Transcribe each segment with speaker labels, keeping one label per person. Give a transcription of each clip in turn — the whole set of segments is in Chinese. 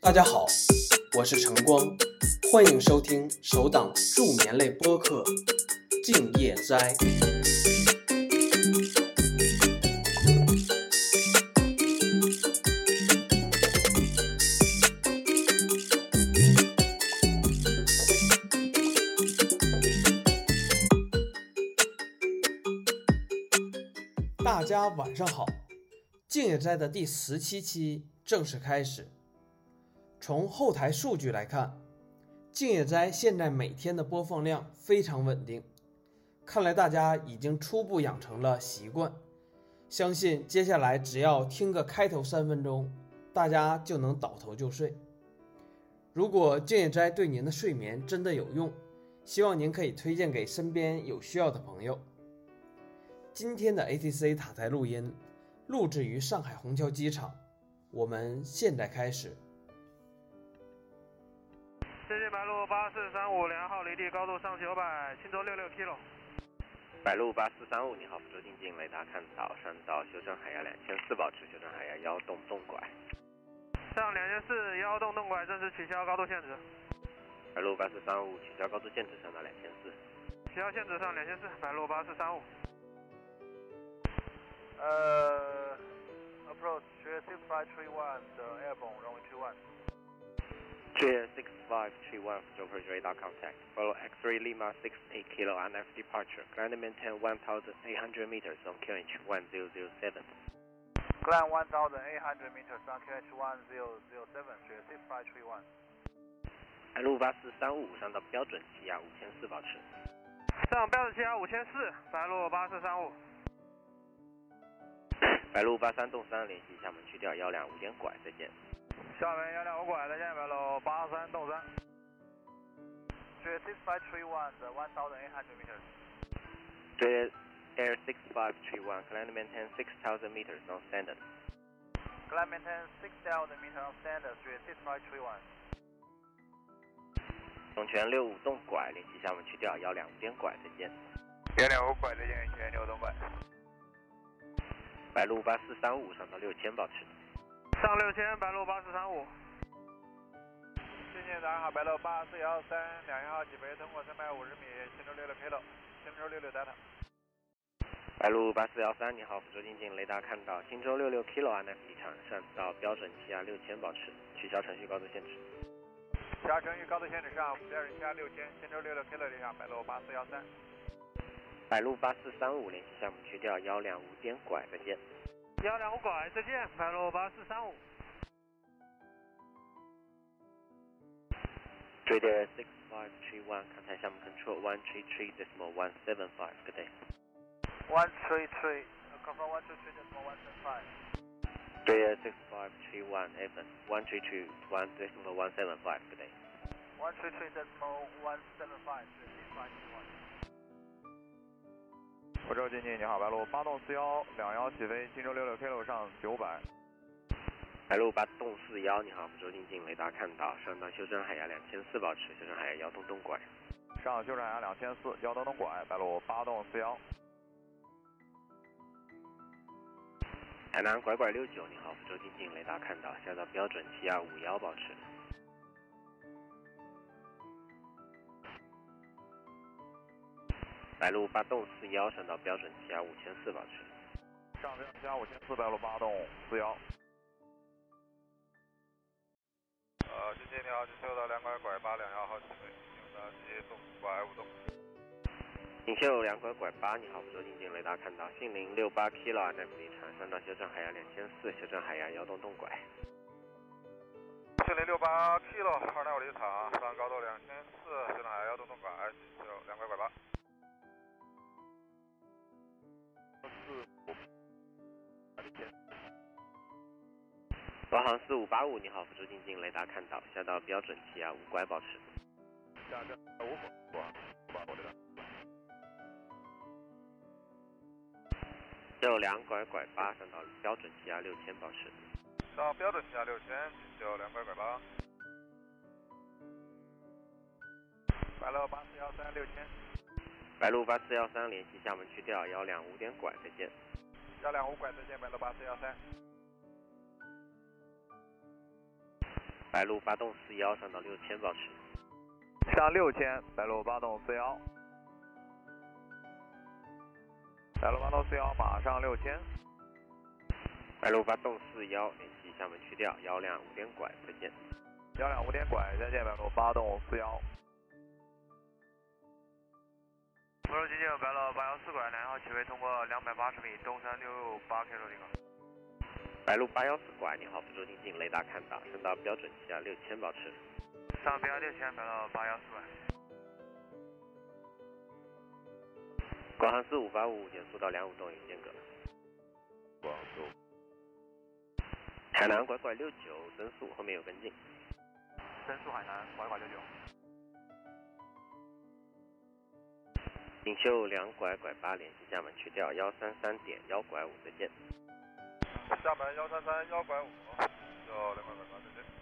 Speaker 1: 大家好，我是晨光，欢迎收听首档助眠类播客《静夜斋》。大家晚上好，《静夜斋》的第十七期正式开始。从后台数据来看，《静夜斋》现在每天的播放量非常稳定，看来大家已经初步养成了习惯。相信接下来只要听个开头三分钟，大家就能倒头就睡。如果《静夜斋》对您的睡眠真的有用，希望您可以推荐给身边有需要的朋友。今天的 ATC 塔台录音录制于上海虹桥机场，我们现在开始。
Speaker 2: 天津白鹭八四三五两号离地高度上九百，轻舟六六 kilo。
Speaker 3: 白鹭八四三五，你好，福州近近雷达看岛上到修正海峡两千四保持修正海峡幺洞洞拐。
Speaker 2: 上两千四幺洞洞拐正式取消高度限制，
Speaker 3: 白鹭八四三五取消高度限制上到两千四。
Speaker 2: 取消限制上两千四，白鹭八四三五。呃，approach three six five three one 的 airborne runway two one。
Speaker 3: Clear six five three one Joe Perch radar contact. Follow X-ray Lima six eight kilo NF departure. Climb and maintain one thousand eight hundred meters on QH one zero zero seven.
Speaker 2: Climb one thousand eight hundred meters on QH one zero zero seven three six five three one。
Speaker 3: 白鹭八四三五上到标准气压五千四保持。
Speaker 2: 上标准气压五千四，白鹭八四三五。
Speaker 3: 白鹭八三洞三联系厦门区调幺两五点拐，再见。
Speaker 2: 厦门幺两五拐，再见，白鹭八三洞三。Three six five three one 的 one thousand eight hundred meters。
Speaker 3: Clear air six five three one. Climb and maintain six thousand meters on standard.
Speaker 2: Climb maintain six thousand meters on standard. Three six five three one。
Speaker 3: 龙泉六五洞拐，联系厦门区调幺两五点拐，再见。
Speaker 2: 幺两五拐，再见，全六洞拐。
Speaker 3: 白鹭八四三五上到六千保持。
Speaker 2: 上六千，白鹭八四三五。谢谢南海白鹭八四幺三，两幺号脊背通过三百五十米，轻舟六六 kilo，轻舟六六 delta。
Speaker 3: 白鹭八四幺三，你好，福州近近雷达看到新州六六 kilo NF 离场，上到标准气压六千保持，取消程序高度限制。
Speaker 2: 其他程序高度限制上，标准气压六千，轻舟六六 kilo 离场，白鹭八四幺三。
Speaker 3: 白鹭八四三五联系项目区调幺两五点拐，再见。
Speaker 2: 幺两五拐，再见，白鹭八四三五。
Speaker 3: Trader six five three one contact 项目 control one three three decimal one seven five. Good day.
Speaker 2: One three three, uh, confirm one two three decimal one seven five.
Speaker 3: Trader six five three one Evan one three two one decimal one seven five. Good day.
Speaker 2: One three three decimal one seven five, three six five two one.
Speaker 4: 福州经济，你好，白鹭八栋四幺两幺起飞，荆州六六 kilo 上九百，
Speaker 3: 白鹭八栋四幺，你好，福州近近雷达看到上到修正海峡两千四保持，修正海峡幺洞洞拐。
Speaker 4: 上修正海峡两千四幺刀东拐，白鹭八栋四幺，
Speaker 3: 海南拐拐六九，你好，福州近近雷达看到下到标准气压五幺保持。白鹭八栋四幺上到标准气压五千四保持。
Speaker 4: 上标加五千四白鹭八栋四幺。
Speaker 5: 啊
Speaker 2: 呃，经济你好，经收到两拐拐八两幺号起飞，请到直接动拐五动。
Speaker 3: 锦绣两拐拐八，你好，福州近近雷达看到信陵六八 kilo NF 离场，上到修正海峡两千四，修正海峡幺洞洞拐。
Speaker 2: 这里六八 kilo，二点五离
Speaker 5: 啊
Speaker 2: 场，上高度两千四，现在幺动动拐，就
Speaker 5: 哦
Speaker 2: 两拐拐八。
Speaker 3: 国航四五八五，你好，福州近近雷达看到下到标准啊气压五拐保持。
Speaker 4: 下这五
Speaker 3: 啊
Speaker 4: 五八五的。
Speaker 3: 六两拐拐八上到标准气压六千保持。
Speaker 2: 到标准气压六千，就两拐拐八。白鹭八四幺三六千，
Speaker 3: 白鹭八四幺三联系厦门区调幺两五点拐，再见。
Speaker 2: 幺两五拐再见，白鹭八四幺三。
Speaker 3: 白鹭八栋四幺上到六千保持。
Speaker 2: 上六千，白鹭八栋四幺。白鹭八栋四幺，马上六千。
Speaker 3: 白鹭八栋四幺，联系厦门区调幺两五点拐，再见。
Speaker 2: 幺两五点拐，再见，白鹭八栋四幺。
Speaker 5: 福州机警白鹭八幺四拐，两号起飞，通过两百八十米，东三六六八 K 六零。
Speaker 3: 白鹭八幺四拐，你好，福州经济雷达看到，升到标准气压六千保持。
Speaker 5: 上标六千，白鹭八幺四拐。
Speaker 3: 国航四五八五减速到两五栋有间隔。
Speaker 2: 广州，
Speaker 3: 海南拐拐六九增速，后面有跟进。
Speaker 5: 增速海南拐拐六九。
Speaker 3: 锦绣两拐拐八联系厦门区调幺三三点幺拐五，再见。
Speaker 5: 厦门幺三三幺拐五，就两百拐八，再见。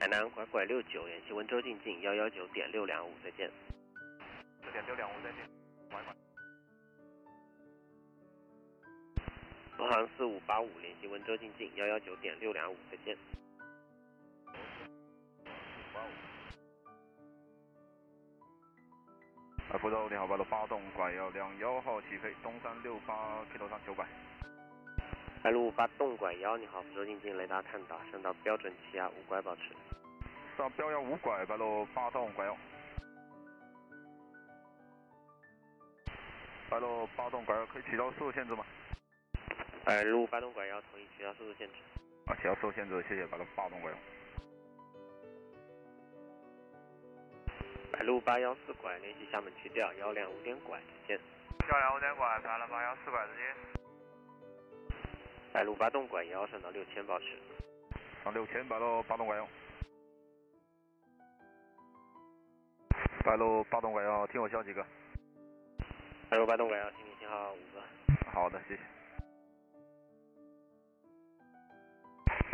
Speaker 3: 海南拐拐六九联系温州进近幺幺九点六两五，再见。
Speaker 5: 四点六两五，再见。拐拐。
Speaker 3: 国航四五八五联系温州进近幺幺九点六两五，再见。
Speaker 2: 呃，福州你好，白鹭八栋拐幺两幺号起飞，东三六八 K 头上九拐。
Speaker 3: 白鹭八栋拐幺，你好，福州进近雷达看到，升到标准气压五拐保持。
Speaker 2: 上标幺五拐，白鹭八栋拐幺。白鹭八栋拐幺可以起到速度限制吗？
Speaker 3: 白
Speaker 2: 哎
Speaker 3: 鹭哎八栋拐幺，同意取消速度限制。
Speaker 2: 啊，起到速度限制，谢谢白鹭八栋拐幺。
Speaker 3: 白鹭哎八幺四拐联系厦门区调幺两五点拐，再见。
Speaker 5: 幺两五点拐，白鹭八幺四拐，再见。
Speaker 3: 白鹭哎八栋拐幺，上到六千保持。
Speaker 2: 上六千，白鹭八栋拐幺。白鹭八栋拐幺，听我消息哥。
Speaker 3: 白鹭八
Speaker 2: 啊
Speaker 3: 栋拐幺，请你信号五个。
Speaker 2: 好的，谢谢。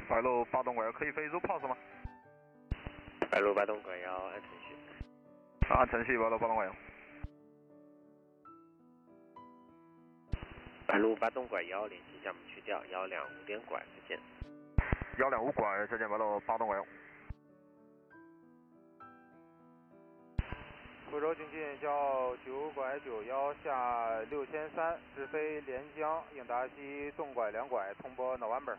Speaker 2: 白鹭八栋拐幺可以飞 z o Pulse 吗？
Speaker 3: 白哎鹭八栋拐幺，按程序。
Speaker 2: 啊，程序白鹭八栋拐幺。
Speaker 3: 白鹭八栋拐幺，联系厦门区调幺两五点拐，再见。
Speaker 2: 幺两五拐，再见，白鹭八栋拐幺。
Speaker 5: 福州经济叫九拐九幺下六千三，直飞连江应答西纵拐两拐，通波 November。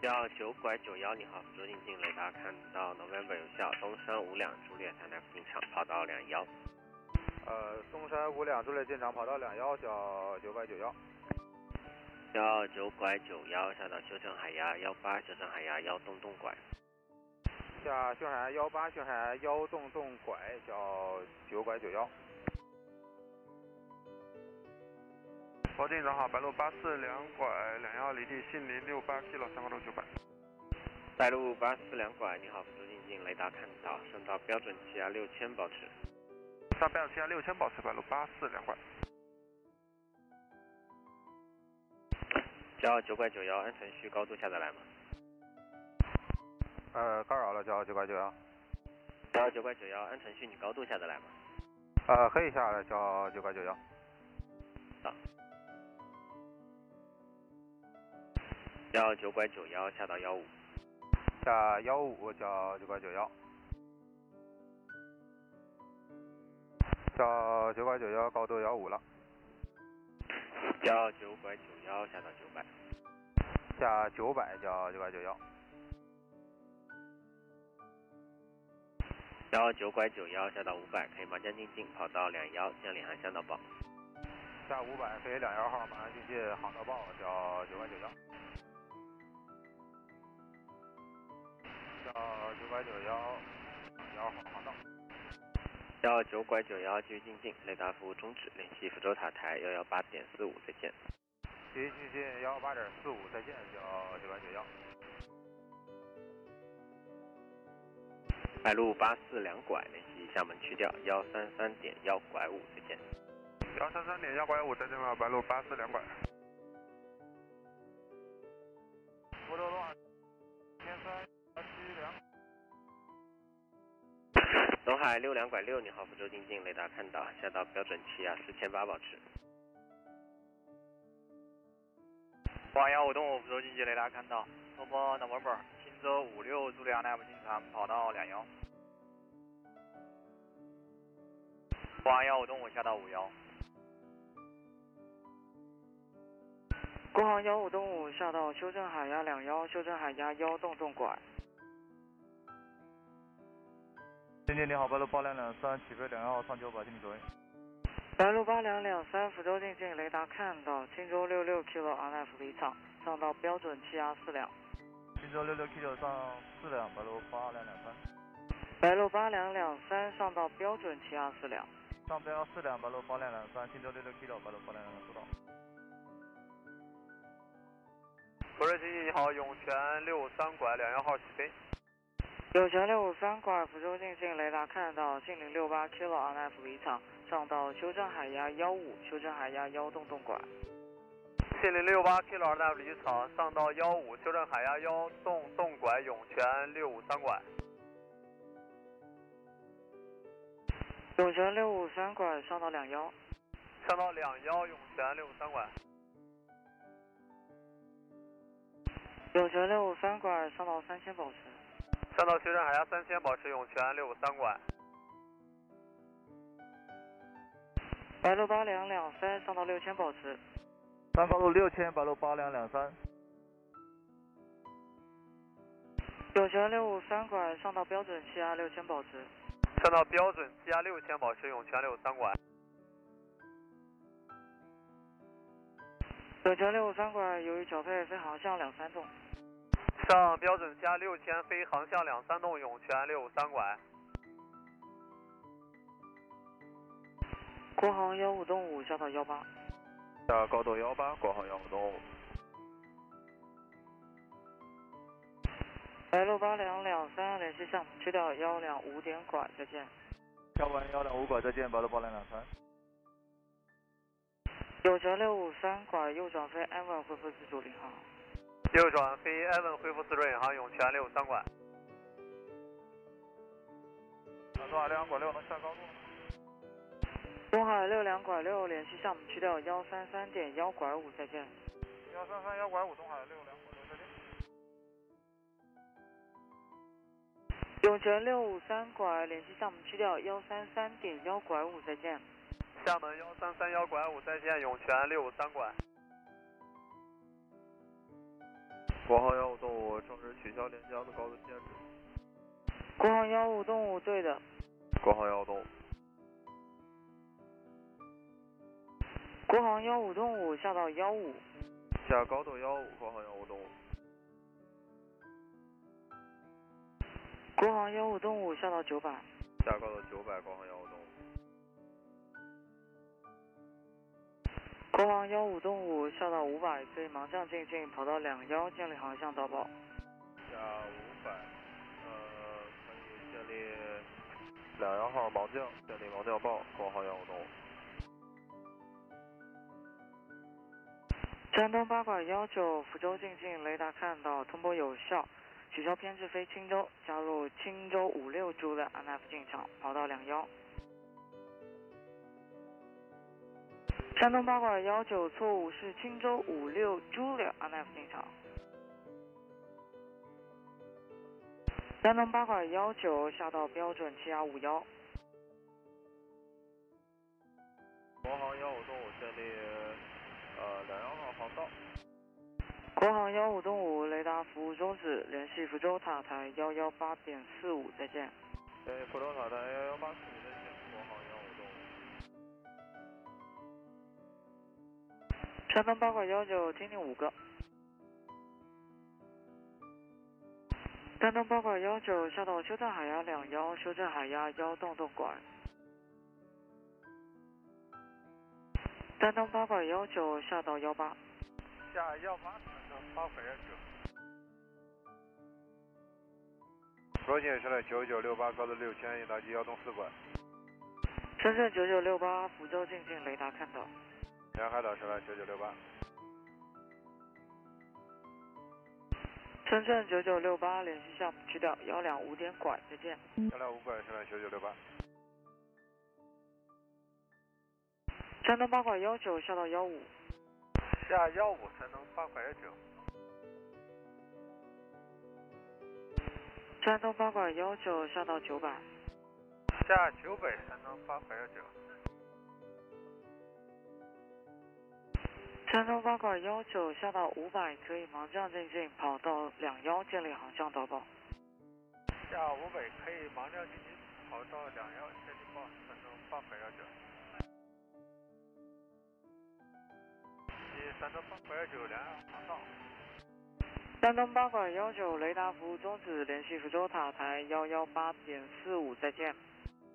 Speaker 3: 调九拐九幺，你好，福州进近雷达看到 November 有效，东山五两主列台南附近场跑道两幺。
Speaker 5: 呃，松山五两助力进场跑道两幺小九拐九幺。
Speaker 3: 调九拐九幺下到修正海崖幺八，修正海崖幺东东拐。
Speaker 5: 下星海幺八，星海幺洞洞拐，叫九拐九幺。
Speaker 2: 保警长好，白鹭八四两拐两幺离地信林六八 K 了三八六九拐。
Speaker 3: 白鹭八四两拐，你好，福州进近雷达看到，升到标准气压六千保持。
Speaker 2: 上标气压六千保持，白鹭八四两拐。
Speaker 3: 调九拐九幺，按程序高度下得来吗？
Speaker 2: 呃，干扰了，叫九拐九幺。
Speaker 3: 调九拐九幺，按程序你高度下得来吗？
Speaker 2: 呃，可以下来，叫九拐九幺。
Speaker 3: 调九拐九幺下到幺五。
Speaker 2: 下幺五叫九拐九幺，叫九拐九幺，高度幺五了，
Speaker 3: 调九拐九幺下到九百。
Speaker 2: 下九百叫九拐九幺，
Speaker 3: 调九拐九幺下到五百，可以麻将进近跑道两幺，向领航向导报。
Speaker 2: 下五百飞两幺号，马上进近航道报叫九拐九幺，叫九拐九幺，幺号航道，
Speaker 3: 调九拐九幺继续进近，雷达服务终止，联系福州塔台幺幺八点四五，再见。
Speaker 2: 继续进近幺八点四五，再见叫九拐九幺，
Speaker 3: 白鹭八四两拐，联系厦门区调幺三三点幺拐五，再见。
Speaker 2: 幺三三点幺拐五，再见了，白鹭八四两拐。
Speaker 5: 福州段，天三幺七两。
Speaker 3: 东海六两拐六，你好，福州进近雷达看到，下到标准气压四千八保持。
Speaker 6: 广幺五东五福州经济雷达看到，东风 n u m b e 青州五六啊助力 NF 进场跑道两幺，广幺五东五下到五幺，
Speaker 7: 国航幺五东五下到修正海压两幺，修正海压幺洞洞拐。
Speaker 2: 经济你好，白鹭八两两三，起飞两幺上九百，听你指挥。
Speaker 7: 白鹭八两两三，福州进近雷达看到，青州六六 kilo RF 离场，上到标准气压四两。
Speaker 2: 青州六六 K 九上四两，白鹭八两两三，
Speaker 7: 白鹭八两两三上到标准气压四两。
Speaker 2: 上标四两，白鹭八两两三，青州六六 K 九，白鹭八两两三，收到。
Speaker 4: 福州经济你好，涌泉六五三拐两幺号起飞。
Speaker 7: 有泉六五三拐福州进近雷达看到，近零六八 kilo RF 离场，上到修正海压幺五，修正海压幺洞洞拐。
Speaker 4: 七零六八 K 老二离场，上到幺五修正海压幺洞洞拐涌泉六五三拐。
Speaker 7: 涌泉六五三拐上到两幺，
Speaker 4: 上到两幺涌泉六五三拐。
Speaker 7: 涌泉六五三拐上到三千保持。
Speaker 4: 上到修正海压三千，保持涌泉六五三拐。
Speaker 7: 白鹭八两两三上到六千保持。
Speaker 2: 三八路六千，白鹭八两两三，
Speaker 7: 涌泉六五三拐上到标准气压六千保持。
Speaker 4: 上到标准气压六千，保持涌泉六五三拐。
Speaker 7: 涌泉六五三拐由于缴费飞航向两三洞。
Speaker 4: 上标准气压六千，飞航向两三栋涌泉六五三拐。
Speaker 7: 国航幺五东五下到幺八，
Speaker 2: 下高度幺八，国航幺五东五，
Speaker 7: 白鹭八两两三联系项目，去掉幺两五点拐，再见。
Speaker 2: 跳完幺两五拐再见，白鹭八两两三，
Speaker 7: 涌泉六五三拐右转飞 e v a 恢复自主领航。
Speaker 4: 右转飞艾文恢复自主引航，涌泉六五三拐。
Speaker 2: 南中海六两拐六能下高度吗？
Speaker 7: 东海六两拐六联系项目，去掉幺三三点幺拐五，再见。
Speaker 2: 幺三三幺拐五，东海六两拐六再见。
Speaker 7: 涌泉六五三拐联系项目，去掉幺三三点幺拐五，再见。
Speaker 4: 厦门幺三三幺拐五在线，涌泉六五三拐。
Speaker 2: 国航幺五东五，正式取消连江的高度限制。
Speaker 7: 国航幺五东五对的，
Speaker 2: 国航幺五东五，
Speaker 7: 国航幺五东五下到幺五，
Speaker 2: 下高度幺五，国航幺五东五，
Speaker 7: 国航幺五东五下到九百，
Speaker 2: 下高度九百，国航幺五东五，
Speaker 7: 国航幺五东五下到五百，可以盲向进近，跑到两幺建立航向导报。
Speaker 2: 下五百，呃，可以建立两幺号盲降，建立盲降报，国航幺五东五，
Speaker 7: 山东八拐幺九，福州进近雷达看到通波有效，取消偏置飞青州，加入青州五六株的 NF 进场，跑道两幺。山东八拐幺九错误是青州五六株的 NF 进场。山东八拐幺九下到标准气压五幺，
Speaker 2: 国航幺五东五建立呃两幺号航道，
Speaker 7: 国航幺五东五雷达服务终止，联系福州塔台幺幺八点四五，再见。
Speaker 2: 建立福州塔台幺幺八四五再见，国航幺五东五，
Speaker 7: 山东八拐幺九，听听五个。山东八拐幺九下到修正海压两幺，修正海压幺洞洞拐。山东八拐幺九下到幺八，
Speaker 4: 下幺八三八拐幺九。
Speaker 5: 福建现在九九六八高度六千，一打击幺东四拐。
Speaker 7: 深圳九九六八，福州进近雷达看到。
Speaker 5: 沿海岛现在九九六八，
Speaker 7: 深圳九九六八联系项目去掉幺两五点拐，再见。
Speaker 5: 现在五拐现在九九六八，
Speaker 7: 山东八拐幺九下到幺五，
Speaker 8: 下幺五才能八拐幺九。
Speaker 7: 山东八拐幺九下到九百，
Speaker 8: 下九北才能八拐幺九。
Speaker 7: 山东八拐幺九下到五百可以盲降进近，跑到两幺建立航向导报。
Speaker 8: 下五北可以盲降进近，跑到两幺接力报才能八拐幺九。一山东八拐幺九两岸航道。
Speaker 7: 山东八拐幺九雷达服务终止，联系福州塔台幺幺八点四五，再见。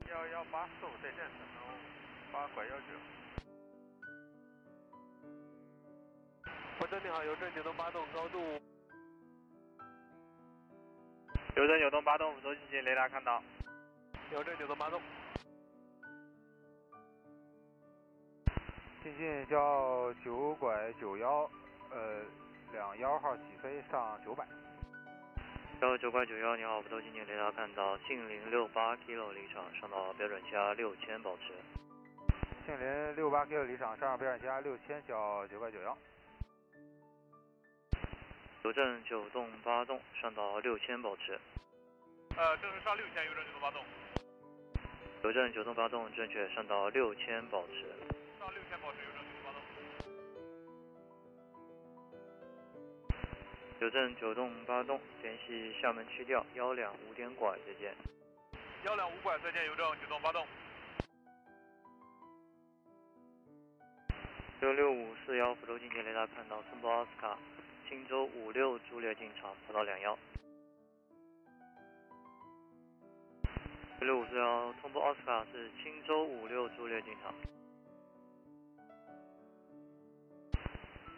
Speaker 8: 幺幺八四五对线，山东八拐幺九。福州你好，邮政九栋八栋，高度
Speaker 2: 邮政九栋八栋，福州进近雷达看到。
Speaker 8: 邮政九栋八栋。
Speaker 5: 进近叫九拐九幺，呃，两幺号起飞上九百。
Speaker 9: 幺九拐九幺，你好，福州经济雷达看到近零六八 kilo 离场，上到标准气压六千，保持。
Speaker 5: 杏林六八 Q 离场上标准加六千小九块九幺。
Speaker 9: 邮政九栋八栋，上到六千，保持。
Speaker 8: 呃，正式上六千，邮政九栋八栋，
Speaker 9: 邮政九栋八栋正确，上到六千，保持。
Speaker 8: 上六千保持，邮政九栋八栋。
Speaker 9: 邮政九栋八栋，联系厦门区调幺两五点拐，再见。
Speaker 8: 幺两五拐再见，邮政九栋八栋。
Speaker 9: 六六五四幺，福州经济雷达看到通报奥斯卡，青州五六朱列进场，跑道两幺。六六五四幺，通报奥斯卡是青州五六朱列进场。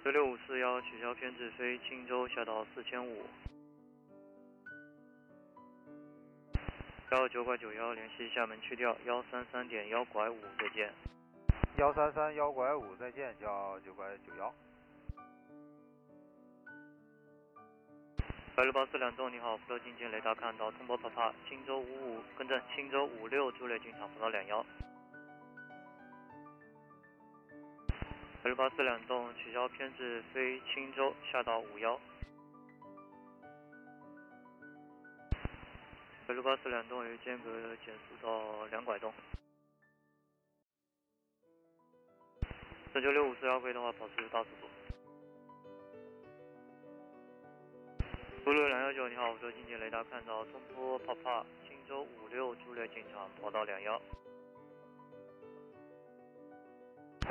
Speaker 9: 六六五四幺取消偏置飞青州下到四千五。幺九拐九幺联系厦门去调幺三三点幺拐五，再见。
Speaker 5: 幺三三幺拐五再见叫九拐九幺。
Speaker 9: 白鹭八四两栋，你好，福州经济雷达看到通波啪啪，青州五五更正，青州五六朱雷进场，跑道两幺。白鹭八四两栋取消偏置飞青州下到五幺。白鹭八四两栋由间隔减速到两拐洞。三九六五四幺规的话，保持大速度。福州两幺九，你好，福州经济雷达看到东坡啪啪，青州五六朱列进场，跑道两幺。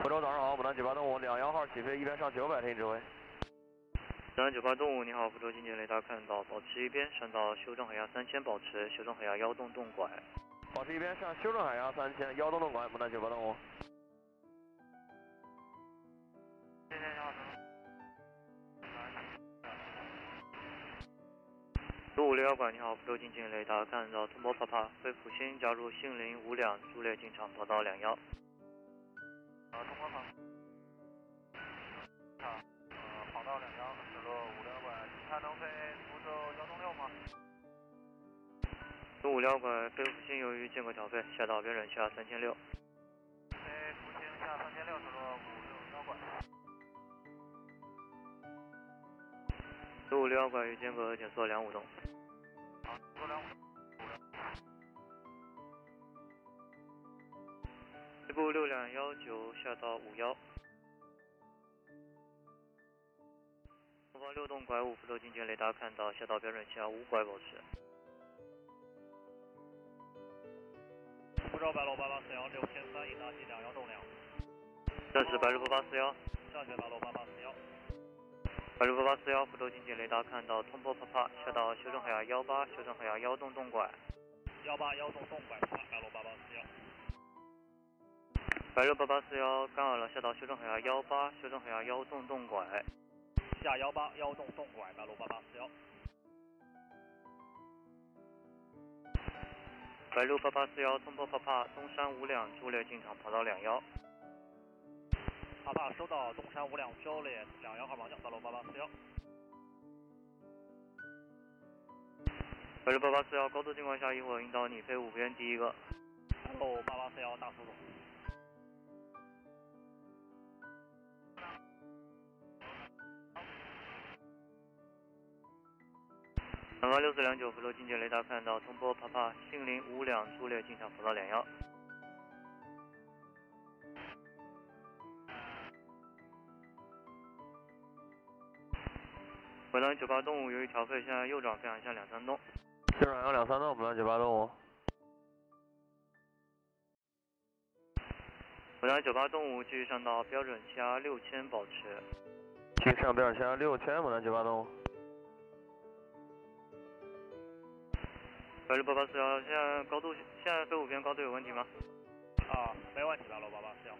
Speaker 10: 福州早上好，牡丹九八动物两幺号起飞，一边上九百，听指挥。
Speaker 9: 三九八动物，你好，福州经济雷达看到保持一边，上到修正海压三千，保持修正海压幺洞洞拐。
Speaker 10: 保持一边上修正海压三千，幺洞洞拐，牡丹九八动物。
Speaker 9: 九五六幺拐，你好，福州经济雷达看到通波啪啪，飞普星加入杏林五两朱列进场，跑道两幺。
Speaker 8: 呃，东方航，啊，呃，跑道两幺，指路五六拐，你看能飞福州幺栋六吗？
Speaker 9: 九五六拐，飞普星由于间隔调配，下到标准气压三千六。
Speaker 8: 飞福星下三千六，指路五六幺拐。
Speaker 9: 九五六幺拐，于间隔减速两五洞。
Speaker 8: 好，多两五。
Speaker 9: 西部六两幺九下到五幺。东方六栋拐五，福州经济雷达看到下到标准气压五拐保持。
Speaker 2: 福州白鹭八八四幺六千三，已达机两幺栋两。
Speaker 9: 暂时白鹭八四幺，
Speaker 2: 上学白鹭八八四幺。
Speaker 9: 白鹭八四幺，福州经济雷达看到通波啪啪下到修正海压幺八，修正海压幺洞洞拐。
Speaker 2: 幺八幺栋洞拐八，白鹭八八四幺。
Speaker 9: 白鹭八八四幺干扰了下到修正海压幺八，修正海压幺洞洞拐。
Speaker 2: 下幺八幺栋洞拐，白鹭八八四幺。
Speaker 9: 白鹭八八四幺通波啪啪，东山五两朱列进场跑道两幺。
Speaker 2: 阿帕收到，东山五两交列两幺号盲降，白鹭八八四幺。
Speaker 9: 白鹭八八四幺高速情况下，一会儿引导你飞五边第一个。
Speaker 2: 白鹭八八四幺大速度。
Speaker 9: 南高六四两九，福州经济雷达看到通波爬爬杏林五两租略进场跑道两幺。回南九八动物由于调配向右转飞航向两三东。
Speaker 11: 右转幺两三栋，本来九八动物。
Speaker 9: 回南九八动物继续上到标准气压六千保持。
Speaker 11: 继续上标准气压六千，本来九八动物。
Speaker 9: 白鹭八八四幺，现在高度现在飞虎边高度有问题吗？
Speaker 6: 啊，没问题，白鹭八八四幺。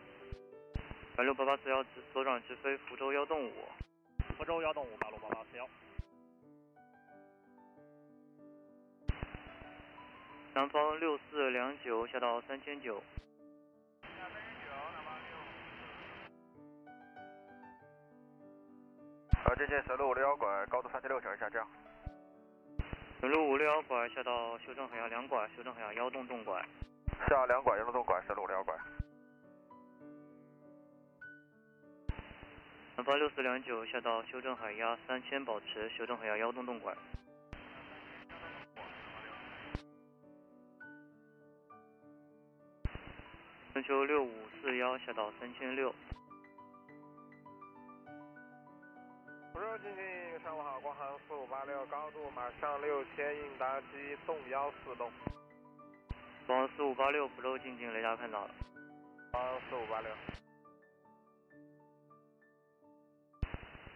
Speaker 9: 白鹭八八四幺左转直飞福州幺栋五。
Speaker 6: 福州幺栋五，白鹭八八四幺。
Speaker 9: 南方六四两九下到三千九。
Speaker 2: 下三千九，南方六。
Speaker 5: 呃，这些神鹿五六幺拐，高度三千六，请问下降。
Speaker 9: 准入五六幺拐下到修正海峡两拐，修正海峡幺洞洞拐。
Speaker 5: 下两拐，幺路东拐，神鹿五六幺拐。
Speaker 9: 南方六四两九下到修正海压三千保持，修正海压幺洞洞拐。春秋六五四幺下到三千六，
Speaker 2: 福州经济上午好，国航四五八六，高度马上六千，应答机动幺四动，
Speaker 9: 往四五八六福州进近雷达看到了，啊
Speaker 2: 国航四五八六，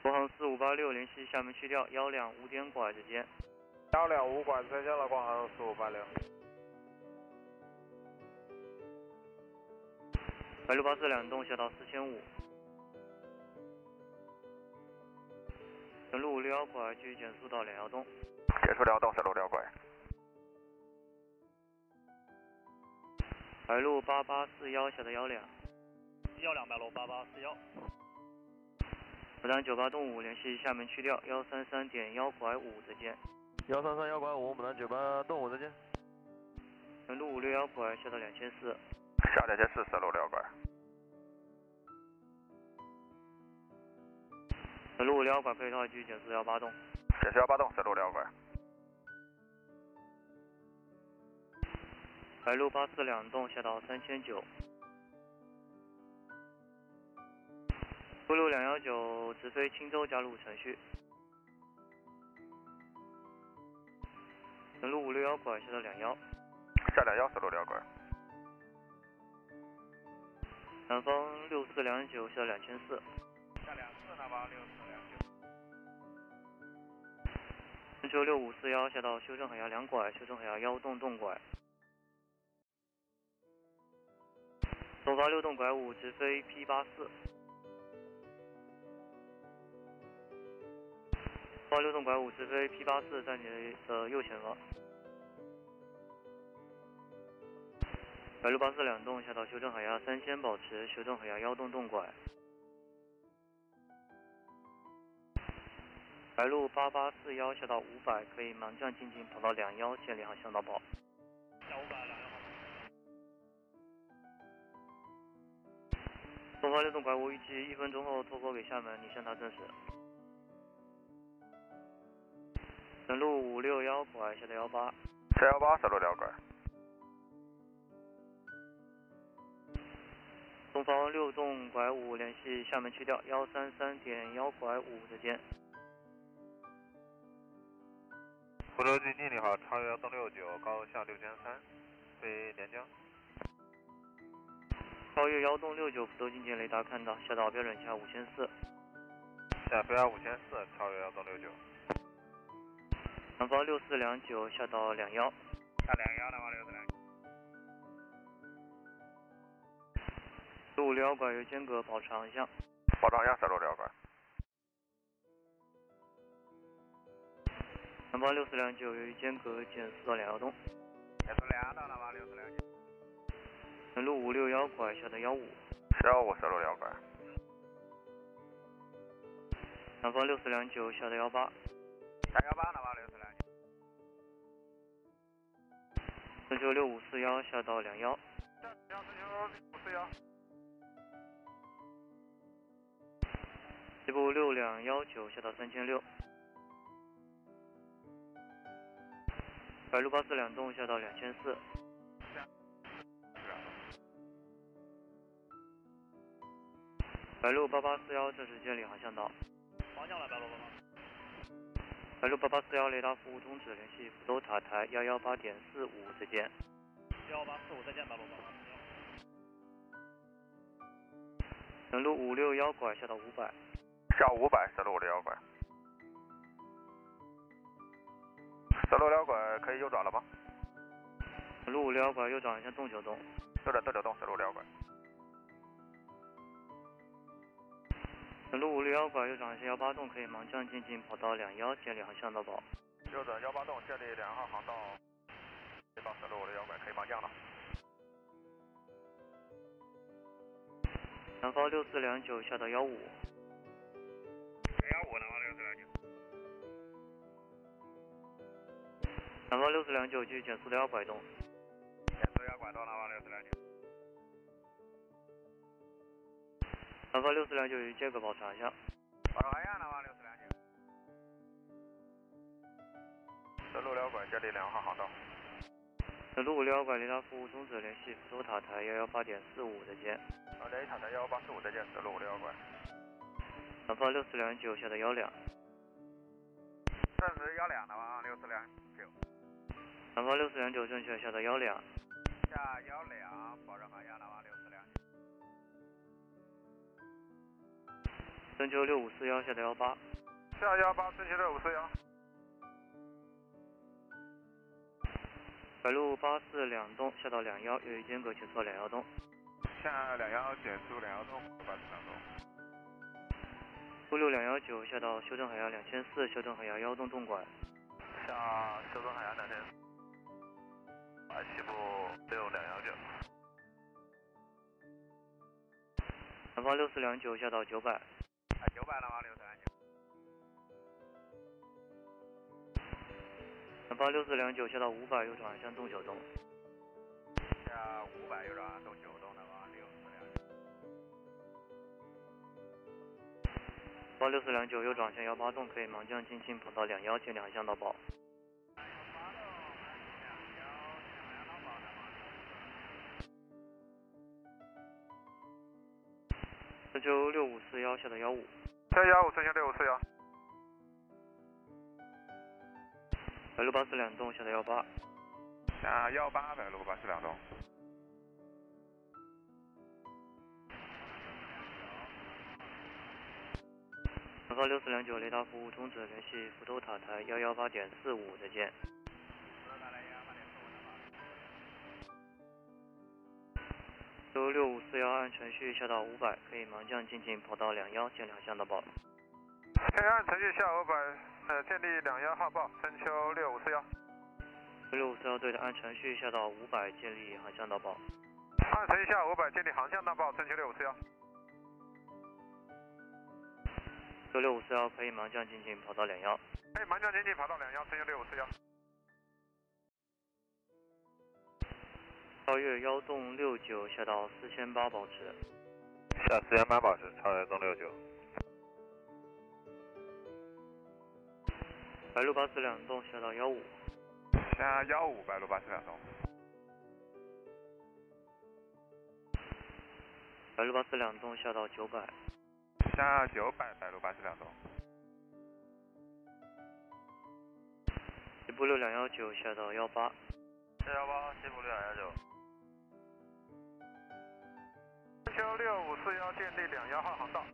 Speaker 9: 国航四五八六联系厦门区调幺两五点拐之间，
Speaker 2: 幺两五管再见了，国航四五八六，
Speaker 9: 白六八四两栋下到四千五。准入五六幺拐继续减速到两幺东。
Speaker 5: 结束两栋，神鹿五六幺拐。
Speaker 9: 白鹭八八四幺下到幺两，
Speaker 6: 幺两白鹭八八四幺，
Speaker 9: 牡丹九八动五联系厦门区调幺三三点幺拐五再见，
Speaker 11: 幺三三幺拐五，本来九八动物，再见。
Speaker 9: 成都五六幺拐下到两千四，
Speaker 5: 下两千四，神鹿五六幺拐。
Speaker 9: 成都五六幺拐配套继续减速幺八动，
Speaker 5: 结束幺八栋，神鹿五六幺拐。
Speaker 9: 白鹭八四两栋下到三千九。陆路两幺九直飞青州加入程序，成都五六幺拐下到两幺。
Speaker 5: 下两幺，神鹿五六幺拐。
Speaker 9: 南方六四两九下两千四，
Speaker 2: 下两次南方六四两九，
Speaker 9: 春秋六五四幺下到修正海峡两拐，修正海峡幺洞洞拐。东方六洞拐五直飞 P 八四。东方六洞拐五直飞 P 八四在你的右前方。白鹭八四两洞下到修正海峡三千保持，修正海峡幺洞洞拐。白鹭八八四幺下到五百，可以盲降进近跑到两幺，建立航向导跑。
Speaker 6: 下五百两幺。
Speaker 9: 东方六洞拐五预计一分钟后脱钩给厦门，你向他证实。南路五六幺拐下到幺八，
Speaker 5: 下幺八，神鹿五六幺拐。
Speaker 9: 东方六洞拐五联系厦门区调幺三三点幺拐五之间，
Speaker 5: 福州经济你好，超越幺栋六九，高向六千三，飞连江。
Speaker 9: 超越幺洞六九福州进近雷达看到，下到标准价五千四。
Speaker 5: 下飞幺五千四，超越幺栋六九。
Speaker 9: 南方六四两九下到两幺，
Speaker 2: 下两幺南方六四两九，
Speaker 9: 四五六幺拐有间隔保持航向。
Speaker 5: 保障幺，神鹿五六幺拐。
Speaker 9: 南方六四两九由于间隔减速到两幺东，
Speaker 2: 也是两到南方六四两九，
Speaker 9: 南路五六幺拐下到幺五。
Speaker 5: 下幺五，神鹿五六幺拐。
Speaker 9: 南方六四两九下到幺八，
Speaker 2: 下幺八南方六四两九，
Speaker 9: 春秋六五四幺下到两幺，
Speaker 2: 幺四九四幺，
Speaker 9: 西部六两幺九下到三千六。白鹭八四两栋下到两千四。白鹭八八四幺正式接里航向道。
Speaker 6: 方向了，白鹭八八。
Speaker 9: 白鹭八八四幺雷达服务终止，联系福州塔台幺幺八点四五，再见。
Speaker 6: 幺八四五，再见，白鹭八八。
Speaker 9: 能路五六幺拐下到五百。
Speaker 2: 下五百，下路五六幺拐。下路两拐可以右转了吗？
Speaker 9: 路五六幺拐右转向洞九洞。
Speaker 2: 右转洞九洞，下路两拐。
Speaker 9: 路五六幺拐右转向幺八洞，可以盲降进近跑道两幺，建立航向道保。
Speaker 2: 右转幺八洞，建立两号航道。到小路五六幺拐可以盲降了。
Speaker 9: 南方六四两九下到幺五。
Speaker 2: 幺五南方六四两九。
Speaker 9: 南方六四两九继续减速到幺拐洞。
Speaker 2: 减速幺拐洞，南方六四两九。
Speaker 9: 南方六四两九与接口保持航向。
Speaker 2: 保持航向，南方六四两九。这路两拐建立两号航道。
Speaker 9: 这路五六幺拐雷达服务终止，联系福州塔台幺幺八点四五，再见。
Speaker 2: 啊，联系塔台幺幺八四五，再见，这路五六幺拐。
Speaker 9: 南方六四两九下到幺两。
Speaker 2: 正值幺两，南方六四两九。
Speaker 9: 南方六四两九正确下到幺两。
Speaker 2: 下幺两，保持航向，南方六四两九。
Speaker 9: 深秋六五四幺下到幺八，
Speaker 2: 下幺八春秋六五四幺，
Speaker 9: 白鹭八四两栋下到两幺，由于间隔前错两幺栋。
Speaker 2: 下两幺减速两幺洞，八四两洞。
Speaker 9: 苏六两幺九下到修正海峡两千四，修正海峡幺洞洞管。
Speaker 2: 下修正海峡两千，啊西部六两幺九，
Speaker 9: 南方六四两九下到九百，
Speaker 2: 啊九百南方六四两九，
Speaker 9: 南方六四两九下到五百，右转向洞九洞。
Speaker 2: 下五百右转东九洞南方六四两九，
Speaker 9: 南方六四两九右转向幺八洞，可以盲降进近跑道两幺，建立航向导保。深秋六五四幺下到幺五，
Speaker 2: 下幺五春秋六五四幺，
Speaker 9: 白鹭八四两栋下到幺八，
Speaker 2: 下幺八百路八四两洞，
Speaker 9: 南方六四两九雷达服务终止，联系福州塔台幺幺八点四五，再见。周六五四幺按程序下到五百，可以盲降进近跑道两幺，建两项的保。
Speaker 2: 黑暗程序下五百，呃建立两幺号报春秋六五四幺，
Speaker 9: 周六五四幺对的按程序下到五百，建立航向导保。
Speaker 2: 按程序下五百建立航向大报春秋六五四幺，
Speaker 9: 周六五四幺可以盲降进近跑道两幺。
Speaker 2: 可以盲降前进跑道两幺春秋六五四幺，
Speaker 9: 超越幺洞六九下到四千八保持，
Speaker 2: 下四幺八保持超越东六九。
Speaker 9: 白鹭八四两栋下到幺五，
Speaker 2: 下幺五白鹭八四两栋，
Speaker 9: 白鹭八四两栋下到九百，
Speaker 2: 下九百白鹭八四两栋，
Speaker 9: 西部六两幺九下到幺八，
Speaker 2: 下幺八西部六两幺九。春秋六五四幺建立两幺号航道，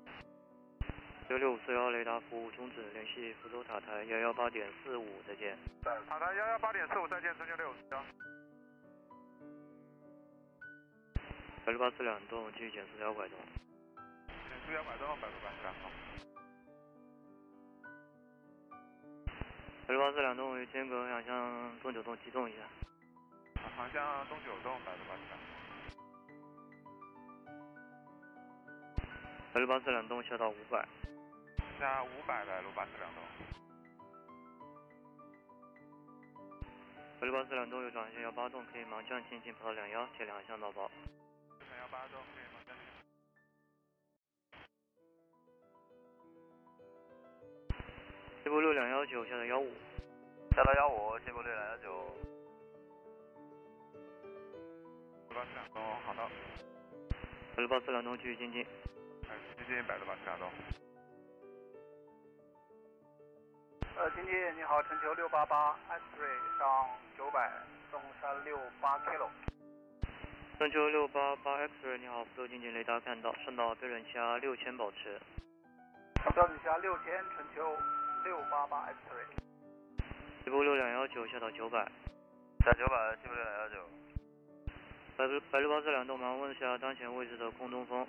Speaker 9: 九六五四幺雷达服务终止，联系福州塔台幺幺八点四五，再见。
Speaker 6: 呃
Speaker 2: 塔台幺幺八点四五再见春秋六五四幺，
Speaker 9: 白鹭八四两栋继续减速幺拐洞，
Speaker 2: 减速幺百多白鹭八四两栋，
Speaker 9: 白鹭八四两栋为间隔两向东九洞机动一下，
Speaker 2: 航向东九洞白鹭八四两。
Speaker 9: 白鹭八四两栋下到五百，
Speaker 2: 下五百白鹭八四两栋，
Speaker 9: 白鹭八四两栋右转向幺八洞，可以盲降进近跑道两幺，接两项导保。
Speaker 2: 四幺八洞可以吗？
Speaker 9: 西部六两幺九下到幺五，
Speaker 4: 下到幺五，西部六两幺九。
Speaker 2: 百六八四两东，好的，
Speaker 9: 百六八四两东继续进近，
Speaker 2: 呃，接近百六八四两东。
Speaker 4: 呃，经济你好，全球六八八 s t r e 上九百，东山六八 kilo。
Speaker 9: 春秋六八八 X 你好，福州近近雷达看到，上到标准气压六千保持，
Speaker 4: 标准下六千，全球六八八 s t r e
Speaker 9: 西部六两幺九下到九百，
Speaker 4: 下九百，西部六两幺九。
Speaker 9: 百六百六八四两东，麻烦问一下当前位置的空中风。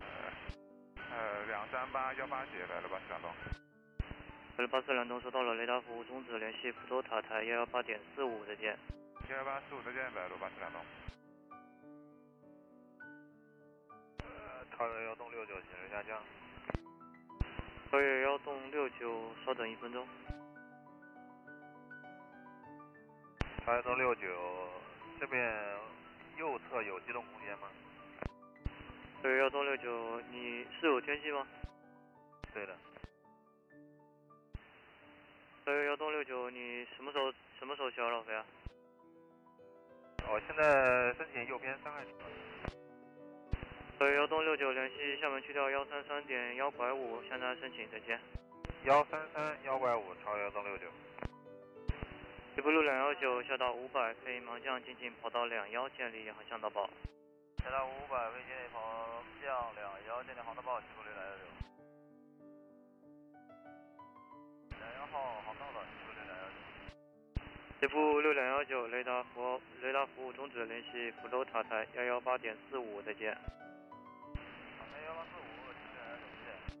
Speaker 2: 呃，两三八幺八几，百六八四两东。
Speaker 9: 百六八四两东收到了，雷达服务终止，联系福州塔台幺幺八点四五，再见。
Speaker 2: 幺幺八四五再见，百六八四两东。
Speaker 4: 呃，超越幺洞六九，紧急下降。
Speaker 9: 超越幺洞六九，稍等一分钟。
Speaker 4: 超越洞六九，这边右侧有机动空间吗？
Speaker 9: 超越幺洞六九，你是有天气吗？
Speaker 4: 对的，
Speaker 9: 超越幺洞六九，你什么时候什么时候需要绕飞啊？
Speaker 4: 我现在申请右边三个。
Speaker 9: 超越幺洞六九，联系厦门区调幺三三点幺拐五，向他申请，再见。
Speaker 4: 幺三三幺拐五，超越洞六九。
Speaker 9: 西部路两幺九下到五百，可以盲降进近跑道两幺建立航向导报。
Speaker 4: 下到五百，微信里跑降两幺，建立航道报，西部六两幺九。两幺号航道的西部六两幺九。
Speaker 9: 西部六两幺九雷达服雷达服务终止，联系福州塔台幺幺八点四五，再见。
Speaker 2: 啊
Speaker 4: 塔台幺八四五，西部六两幺九，谢谢。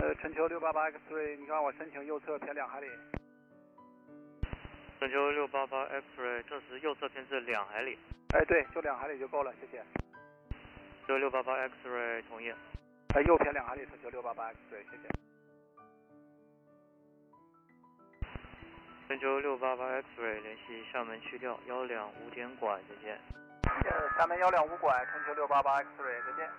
Speaker 4: 呃，全球六八八 X3，你看我申请右侧偏两海里，
Speaker 9: 春秋六八八 X-ray 证实右侧偏置两海里，
Speaker 4: 哎，对，就两海里就够了，谢谢。
Speaker 9: 春秋六八八 X-ray 同意。
Speaker 4: 哎，右偏两海里，春秋六八八 X3，谢谢。
Speaker 9: 春秋六八八 X-ray 联系厦门区调幺两五点拐，再见。
Speaker 4: 呃，厦门幺两五拐，春秋六八八 X3，再见。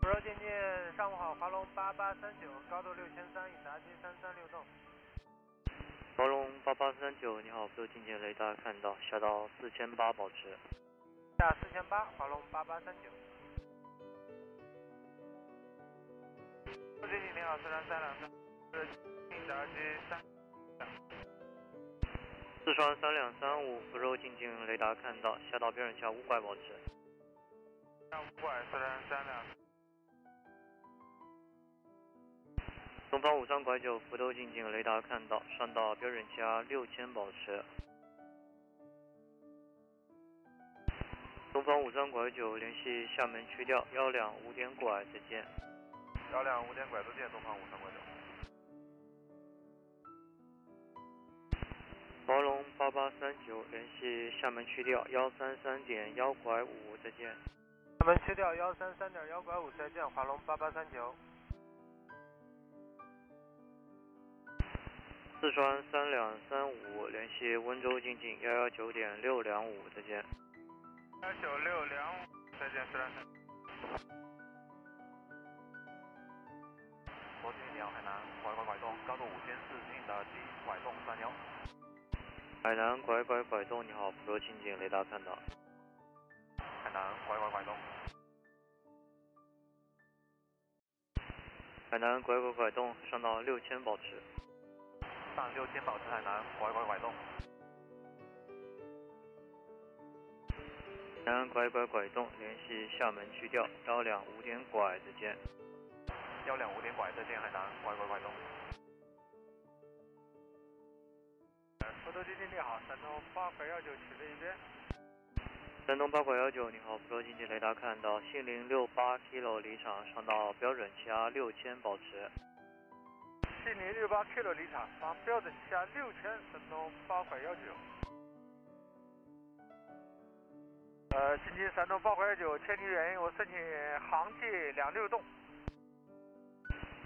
Speaker 4: 福州进近，上午好，华龙八八三九，高度六千三，已达近三三六栋。
Speaker 9: 高龙八八三九，你好，福州近近雷达看到，下到四千八保持。
Speaker 4: 下四千八，华龙八八三九。
Speaker 2: 最近你好，啊四三三两三，是一闸机三。
Speaker 9: 四川三两三五，福州近近雷达看到，下到标准下五拐保持。
Speaker 2: 三五拐四三三两，
Speaker 9: 东方五三拐九，福州近近雷达看到，上到标准气压六千保持。东方五三拐九，联系厦门区调幺两五点拐，再见。
Speaker 2: 幺两五点拐都见东方五三拐九。
Speaker 9: 华龙八八三九，联系厦门区调幺三三点幺拐五，再见。
Speaker 4: 厦门区调幺三三点幺拐五，再见，华龙八八三九。
Speaker 9: 四川三两三五，联系温州近近幺幺九点六两五，再见。
Speaker 2: 幺九六两五，再见四三三。
Speaker 4: 国际鸟海南拐拐拐动，高度五千四，进的机拐动三幺。
Speaker 9: 海南拐拐拐动，你好，福州近近雷达看到。
Speaker 4: 海南拐拐拐动，
Speaker 9: 海南拐拐拐动，上到六千保持。
Speaker 4: 上六千保持海南拐拐拐动。
Speaker 9: 海南拐拐拐动，联系厦门区调幺两五点拐，再见。
Speaker 4: 幺两五点拐，再见海南拐拐拐动。呃福州基地你好，山东八拐幺九起飞一边。
Speaker 9: 山东八拐幺九，你好，福州近近雷达看到，杏林六八 kilo 离场，上到标准气压六千保持。
Speaker 4: 悉尼六八 K 的离场，发标准气压六千，山东八拐幺九。呃，近期山东八拐幺九，天气原因，我申请航迹两六栋。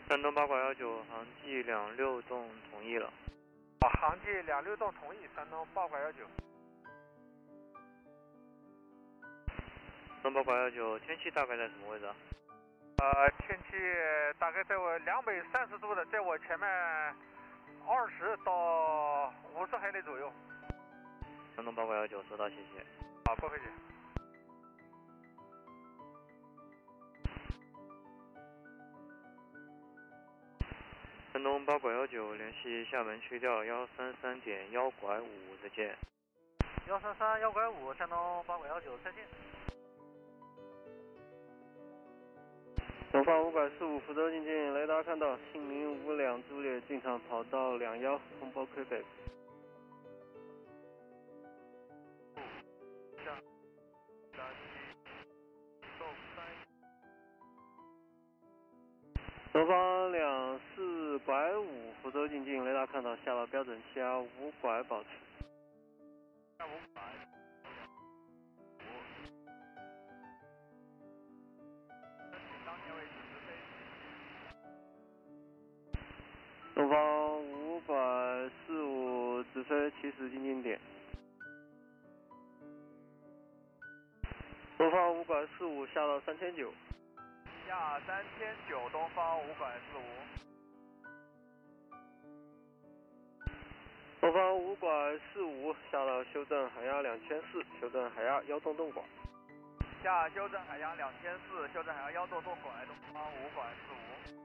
Speaker 9: 山东八拐幺九，航迹两六栋同意了。
Speaker 4: 啊，航迹两六栋同意，山东八拐幺九。
Speaker 9: 山东八拐幺九，天气大概在什么位置啊？
Speaker 2: 呃，天气大概在我两百三十度的，在我前面二十到五十海里左右。
Speaker 9: 山东八八幺九收到，谢谢。
Speaker 2: 啊，不客气。
Speaker 9: 山东八八幺九联系厦门区调幺三三点幺拐五，再见。
Speaker 12: 幺三三幺拐五，山东八拐幺九，再见。
Speaker 4: 东方五拐四五，福州进近，雷达看到，姓名五两租列进场跑道两幺，通报 Quebec。东方两四拐五，福州进近，雷达看到，下了标准气压五拐保持。东方五百四五直飞起始进近点。东方五百四五下到三千九。
Speaker 2: 下三千九，东方五百四五。
Speaker 4: 东方五百四五下到修正海压两千四，修正海压幺洞洞管。
Speaker 2: 下修正海洋两千四，修正海洋幺洞洞拐，东方五百四五。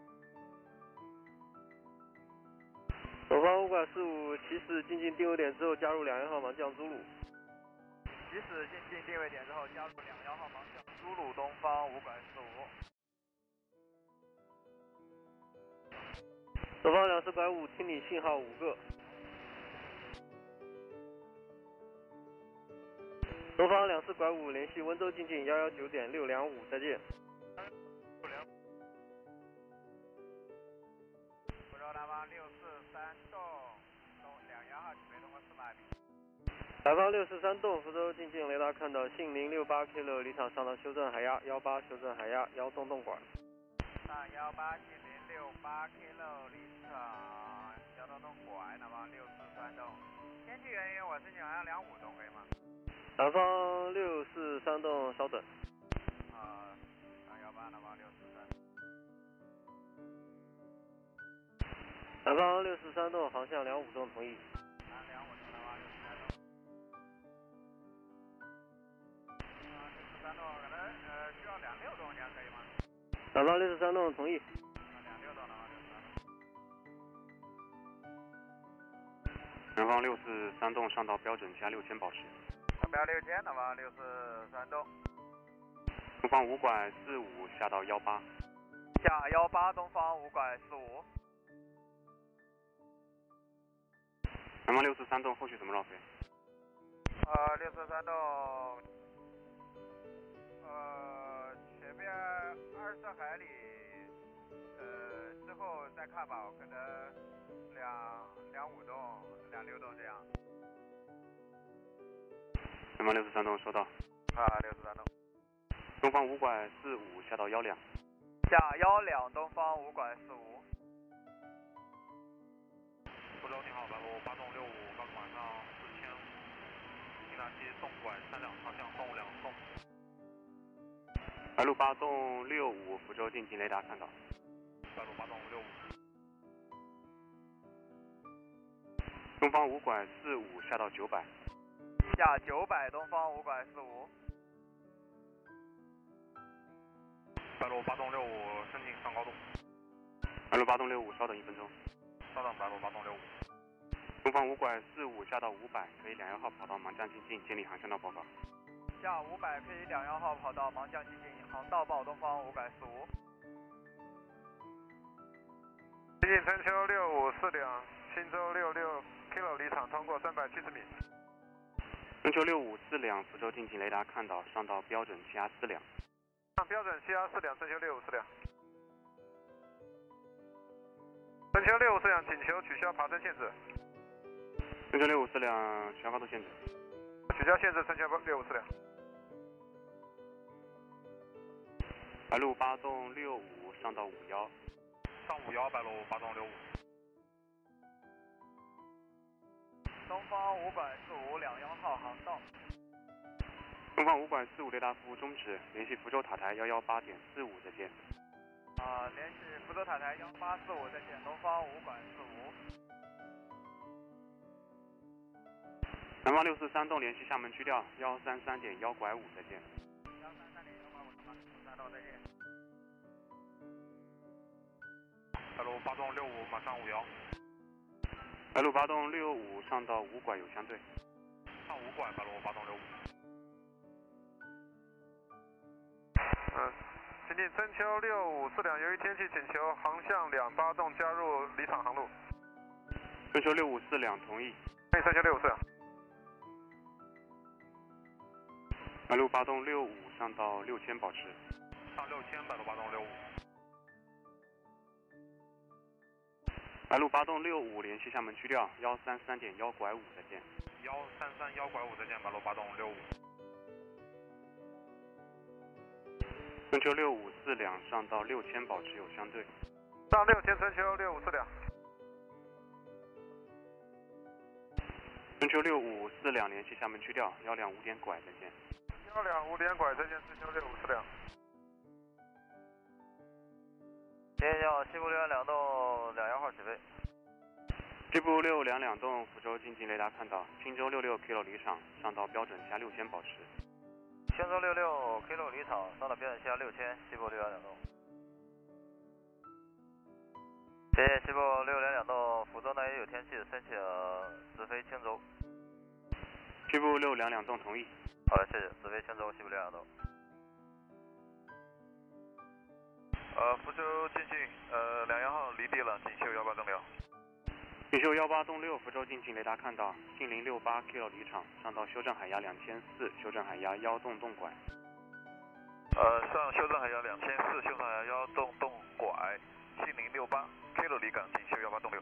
Speaker 4: 东方五百四五起始进近定位点之后，加入两幺号盲降朱鲁。
Speaker 2: 起始进近定位点之后，加入两幺号盲降苏鲁东方五百四五。
Speaker 4: 东方两四拐五，听你信号五个。东方两四拐五，联系温州进近幺幺九点六两五，再见。
Speaker 2: 福州南方六四三栋东两幺号起飞，通过四百米。
Speaker 4: 南方六四三栋，福州进近雷达看到，信零六八 K 六离场上到修正海压幺八，修正海压幺洞洞管。
Speaker 2: 上幺八七零六八 K 六离场，交通东拐，南方六四三栋。天气原因，我申请好像两五栋可以吗？
Speaker 4: 南方六四三栋，稍等。
Speaker 2: 啊，上幺八南方六四三。
Speaker 4: 南方六四三栋，航向两五栋，同意。
Speaker 2: 南两五栋南方六四三栋。啊，六四三栋可能呃需要两六栋，你还可以吗？
Speaker 4: 南方六四三栋，同意。
Speaker 2: 啊，两六栋
Speaker 13: 南
Speaker 2: 南方六四三栋。
Speaker 13: 方六四三栋上到标准气压六千保持。
Speaker 2: 上标六千，南方六四三栋。
Speaker 13: 东方五拐四五下到幺八。
Speaker 2: 下幺八东方五拐四五。
Speaker 13: 南方六四三栋后续怎么绕飞？
Speaker 2: 呃，六四三栋，呃，前面二十海里，呃，之后再看吧，我可能两两五栋、两六栋这样。
Speaker 13: 南方六四三栋收到。
Speaker 2: 啊，六四三栋。
Speaker 13: 东方五拐四五下到幺两。
Speaker 2: 下幺两东方五拐四五。
Speaker 13: 福州你好，白路八栋六五，刚管上四千五，西南西纵拐三两，方向动两纵。白路八栋六五，福州近近雷达看到。白路八栋六五。东方五拐四五下到九百。
Speaker 2: 下九百东方五拐四五。
Speaker 13: 白路八栋六五，申请上高度。白路八栋六五，稍等一分钟。
Speaker 2: 稍等，白路八栋六五。
Speaker 13: 东方五拐四五下到五百，可以两幺号跑道盲降进近，建立航向道报告。
Speaker 2: 下五百 K 两幺号跑道盲降进近，航道报东方五拐四五。
Speaker 6: 接近春秋六五四两，青州六六 kilo 离场，通过三百七十米。
Speaker 13: 春秋六五四两，福州近近雷达看到，上到标准气压四两。
Speaker 6: 上标准气压四两，春秋六五四两。春秋六五四两，请求取消爬升限制，
Speaker 13: 春秋六五四两，全高度限制。
Speaker 6: 取消限制，春秋六五四两。
Speaker 13: 白路八栋六五上到五幺。
Speaker 2: 上五幺白路八栋六五。东方五百四五两幺号航道，
Speaker 13: 东方五拐四五雷达服务终止，联系福州塔台幺幺八点四五，再见。
Speaker 6: 啊，联系福州塔台幺八四五，再见，东方五馆四五。
Speaker 13: 南方六四三栋联系厦门区调幺三三点幺拐五，再见。
Speaker 6: 幺三三零幺八五八三栋，再见。
Speaker 10: 海路八栋六五，马上五幺，
Speaker 13: 白鹭八栋六五上到五拐有相对。
Speaker 10: 上五馆海路八栋六五。
Speaker 6: 嗯，请进春秋六五四两，由于天气请求航向两八栋加入离场航路。
Speaker 13: 春秋六五四两同意。
Speaker 6: 欢迎春秋六五四两。
Speaker 13: 白鹭八栋六五上到六千保持。
Speaker 10: 上六千，百度八栋六五，
Speaker 13: 白鹭八栋六五联系厦门区调幺三三点幺拐五，再见。
Speaker 10: 幺三三幺拐五，再见，百度八栋六五，
Speaker 13: 春秋六五四两上到六千保持有相对。
Speaker 6: 上六千春秋六五四两。
Speaker 13: 春秋六五四两联系厦门区调幺两五点拐，再见。
Speaker 6: 幺两五点拐，再见，春秋六五四两。
Speaker 2: 联系到西部六幺两栋两幺号起飞，
Speaker 13: 西部六两两栋福州近近雷达看到，青州六六 kilo 离场上到标准下六千保持。
Speaker 2: 青州六六 K 六离场，上到标准线六千，西部六幺两栋。谢谢西部六零两栋，福州那也有天气，申请直飞青州。
Speaker 13: 西部六两两栋同意。
Speaker 2: 好的，谢谢，直飞青州西部六幺两栋。
Speaker 10: 呃，福州进近，呃，两幺号离地了，锦绣幺八栋六，
Speaker 13: 锦绣幺八栋六福州近近雷达看到，近零六八 kilo 离场上到修正海压两千四，修正海压幺洞洞拐。
Speaker 10: 呃，上修正海幺两千四，修正海幺洞洞拐，七零六八 kilo 离港，锦绣幺八栋六。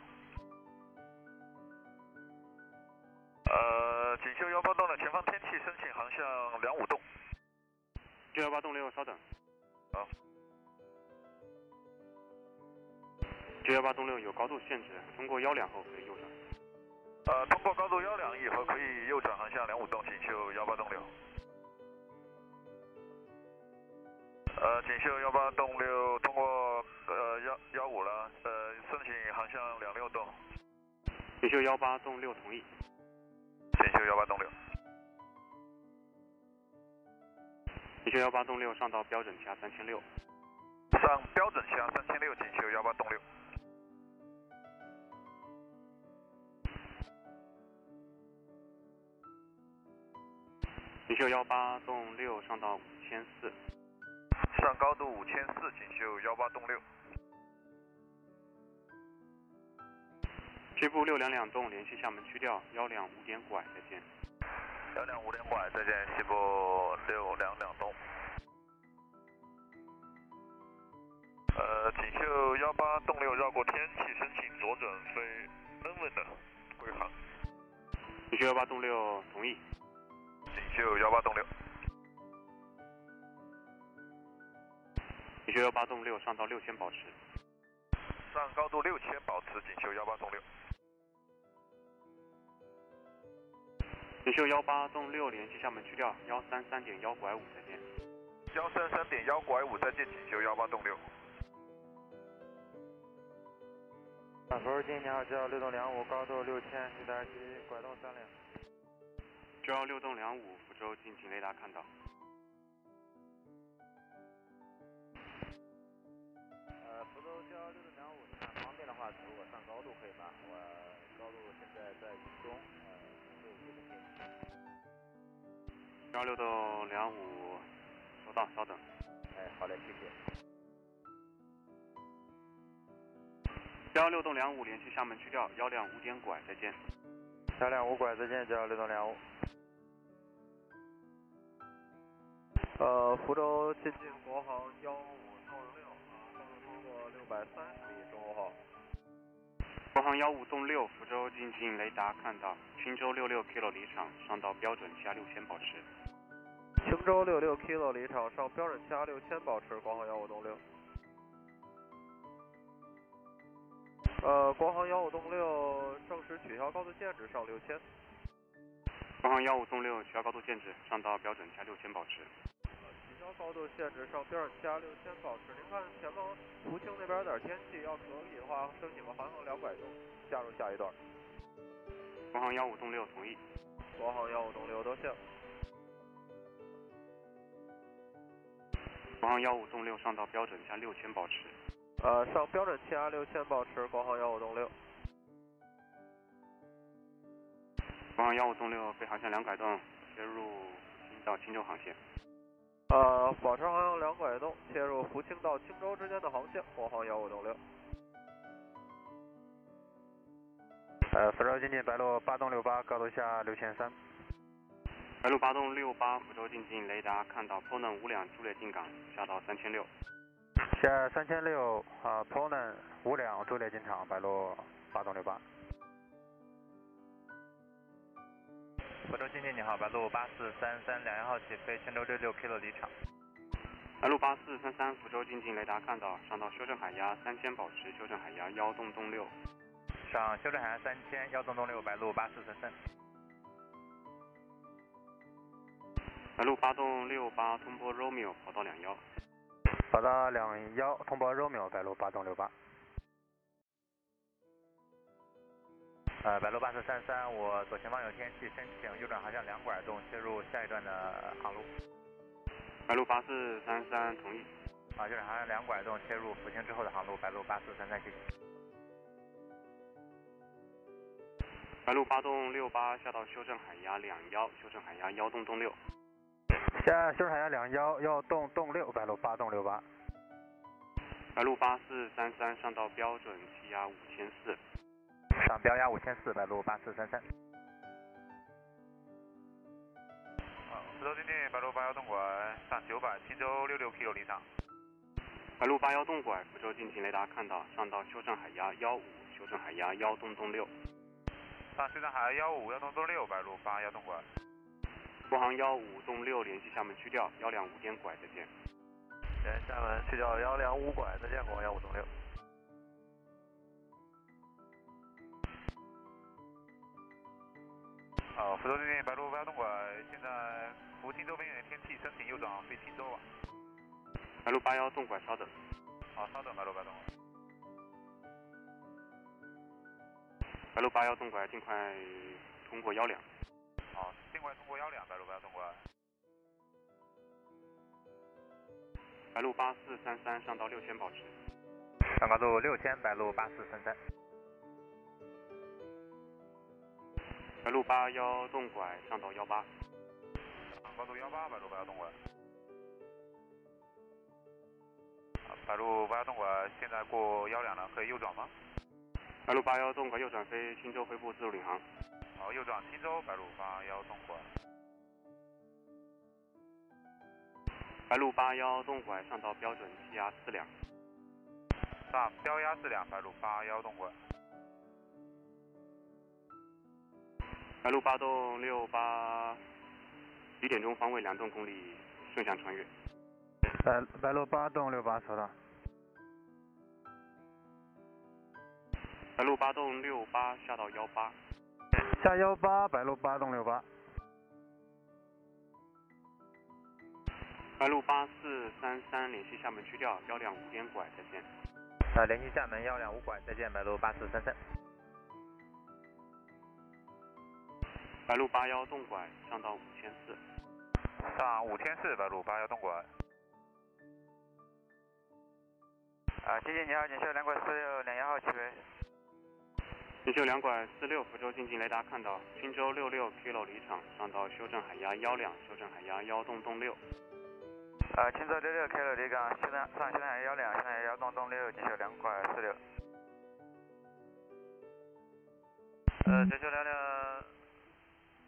Speaker 10: 呃，锦绣幺八栋的前方天气申请航向两五栋，
Speaker 13: 九幺八栋六稍等。
Speaker 10: 好。
Speaker 13: 九幺八栋六有高度限制，通过幺两后可以右转。
Speaker 10: 呃，通过高度幺两以后可以右转航向两五栋，锦绣幺八栋六。呃，锦绣幺八栋六通过呃幺幺五了，呃，申请航向两六栋，
Speaker 13: 锦绣幺八栋六同意。
Speaker 10: 锦绣幺八栋六。
Speaker 13: 锦绣幺八栋六上到标准下三千六。
Speaker 10: 上标准下三千六，锦绣幺八栋六。
Speaker 13: 锦绣幺八栋六上到五千四。
Speaker 10: 上高度五千四，锦绣幺八栋六。
Speaker 13: 西部六两两栋联系厦门区调幺两五点拐，再见。
Speaker 10: 幺两五零拐，再见，西部六两两栋。呃，锦绣幺八栋六绕过天气，申请左转飞温温的归航。
Speaker 13: 锦绣幺八栋六同意。
Speaker 10: 锦绣幺八栋六，
Speaker 13: 锦绣幺八栋六上到六千保持。
Speaker 10: 上高度六千，保持锦绣幺八栋六。
Speaker 13: 锦绣幺八栋六联系厦门区调幺三三点幺拐五，再见。
Speaker 10: 幺三三点幺拐五，再见，锦绣幺八栋六。
Speaker 5: 满福金你好，九幺六栋两五，高度六千，直达机拐动三零。
Speaker 13: 九幺六栋两五福州近近雷达看到。
Speaker 8: 呃，福州幺幺六六两五，你看方便的话，如果上高度可以吗？我高度现在在云中，呃，六五可以。
Speaker 13: 九幺六栋两五，收到，稍等。
Speaker 8: 哎，好嘞，谢谢。
Speaker 13: 幺幺六栋两五联系厦门区调幺两五点拐，再见。
Speaker 5: 幺两五拐，再见，九幺六栋两五。
Speaker 8: 呃，福州进近国航幺五六六，高度通过六百三十米，中午好。
Speaker 13: 国航幺五栋六福州近近雷达看到，青州六六 kilo 离场，上到标准下六千保持。
Speaker 8: 青州六六 kilo 离场，上标准气压六千，保持国航幺五栋六。呃，国航幺五栋六正式取消高度限制，上六千。
Speaker 13: 国航幺五栋六需要高度限制，上到标准下六千保持。
Speaker 8: 取消
Speaker 4: 高高度限制上边儿加六千，保持。您看前方福清那边儿有点天气，要可以的话，申请个航航两拐动，加入下一段。
Speaker 13: 国航幺五栋六同意。
Speaker 4: 国航幺五栋六多谢。
Speaker 13: 国航幺五栋六上到标准加六千保持。
Speaker 4: 呃，上标准气压六千，保持国航幺五栋六。
Speaker 13: 国航幺五栋六北航线两拐动切入青到青州航线。
Speaker 4: 呃，保持航向两拐动，切入福清到青州之间的航线，国航幺五栋六。
Speaker 5: 呃，福州经济白鹭八栋六八，高度下六千三。
Speaker 13: 白鹭八栋六八，福州进近雷达看到 p o n e 五两朱列进港，下到三千六。
Speaker 5: 下三千六啊 p o n e 五两朱列进场，白鹭八栋六八。
Speaker 2: 福州经济你好，白鹭八四三三两幺号起飞，泉州六六 kilo 离场。
Speaker 13: 白鹭八四三三，福州进近雷达看到上到修正海压三千保持，修正海压幺洞洞六。
Speaker 2: 上修正海岸三千幺洞洞六，白鹭八四三三。
Speaker 13: 白鹭八栋六八，通波 Romeo 跑道两幺。
Speaker 5: 跑道两幺，通报 Romeo 白鹭八栋六八。
Speaker 2: 呃，白鹭八四三三，我左前方有天气，申请右转航向两拐动，切入下一段的航路。
Speaker 13: 白鹭八四三三同意。
Speaker 2: 啊，右转航向两拐动，切入福清之后的航路，白鹭八四三三，谢谢。
Speaker 13: 白鹭八栋六八下到修正海压两幺，修正海压幺洞洞六。
Speaker 5: 下修正海压两幺，要动动六，白鹭八栋六八。
Speaker 13: 白鹭八四三三上到标准气压五千四。
Speaker 2: 上标压五千四，白鹭八四三三。
Speaker 10: 啊，福州经济白鹭八幺动拐上九百，青州六六 kilo 离场。
Speaker 13: 白鹭八幺洞拐，福州进近雷达看到上到修正海压幺五，修正海压幺洞洞六。
Speaker 10: 上西藏海幺五幺洞洞六，白鹭八幺动拐。
Speaker 13: 国航幺五洞六联系厦门区调幺两五点拐，再见。
Speaker 4: 联系厦门去掉幺两五拐，再见，国航幺五栋六。
Speaker 10: 啊，福州经济白鹭八幺动拐，现在福清周边有天气，申请右转航飞青州吧。
Speaker 13: 白鹭八幺洞拐稍等。
Speaker 10: 啊，稍等，白鹭八幺动拐。
Speaker 13: 白鹭八幺纵拐，尽快通过幺两。
Speaker 10: 啊，尽快通过幺两，白鹭八幺动拐。
Speaker 13: 白鹭八四三三上到六千保持。
Speaker 2: 上高度六千，白鹭八四三三。
Speaker 13: 白鹭八幺纵拐上到幺八。
Speaker 10: 上高度幺八，白鹭八幺动拐。啊，白鹭八幺动拐，现在过幺两了，可以右转吗？
Speaker 13: 白鹭八幺纵拐右转飞青州，恢复自主领航。
Speaker 10: 好，右转青州白鹭八幺纵拐。
Speaker 13: 白鹭八幺纵拐上到标准气压四两。
Speaker 10: 上标压四两，白鹭八幺动拐。
Speaker 13: 白鹭八栋六八，一点钟方位两栋公里顺向穿越。
Speaker 5: 白白鹭呃八栋六八收到。
Speaker 13: 白鹭八栋六八下到幺八。
Speaker 5: 下幺八，白鹭八栋六八。
Speaker 13: 白鹭八四三三联系厦门区调幺两五点拐，再见。
Speaker 2: 啊，联系厦门幺两五拐，再见，白鹭八四三三。
Speaker 13: 白鹭八幺动拐上到五千四。
Speaker 10: 上五千四，白鹭八幺动拐。
Speaker 4: 啊，谢谢你好，锦绣两拐四六两幺号起飞。
Speaker 13: 锦绣两拐四六，福州进近雷达看到青州六六 kilo 离场，上到修正海压幺两，修正海压幺洞洞六。
Speaker 4: 呃，青州六六 K 了离港，西南上西南幺两，西南幺洞洞六，锦绣两拐四六。
Speaker 14: 呃，九九两两，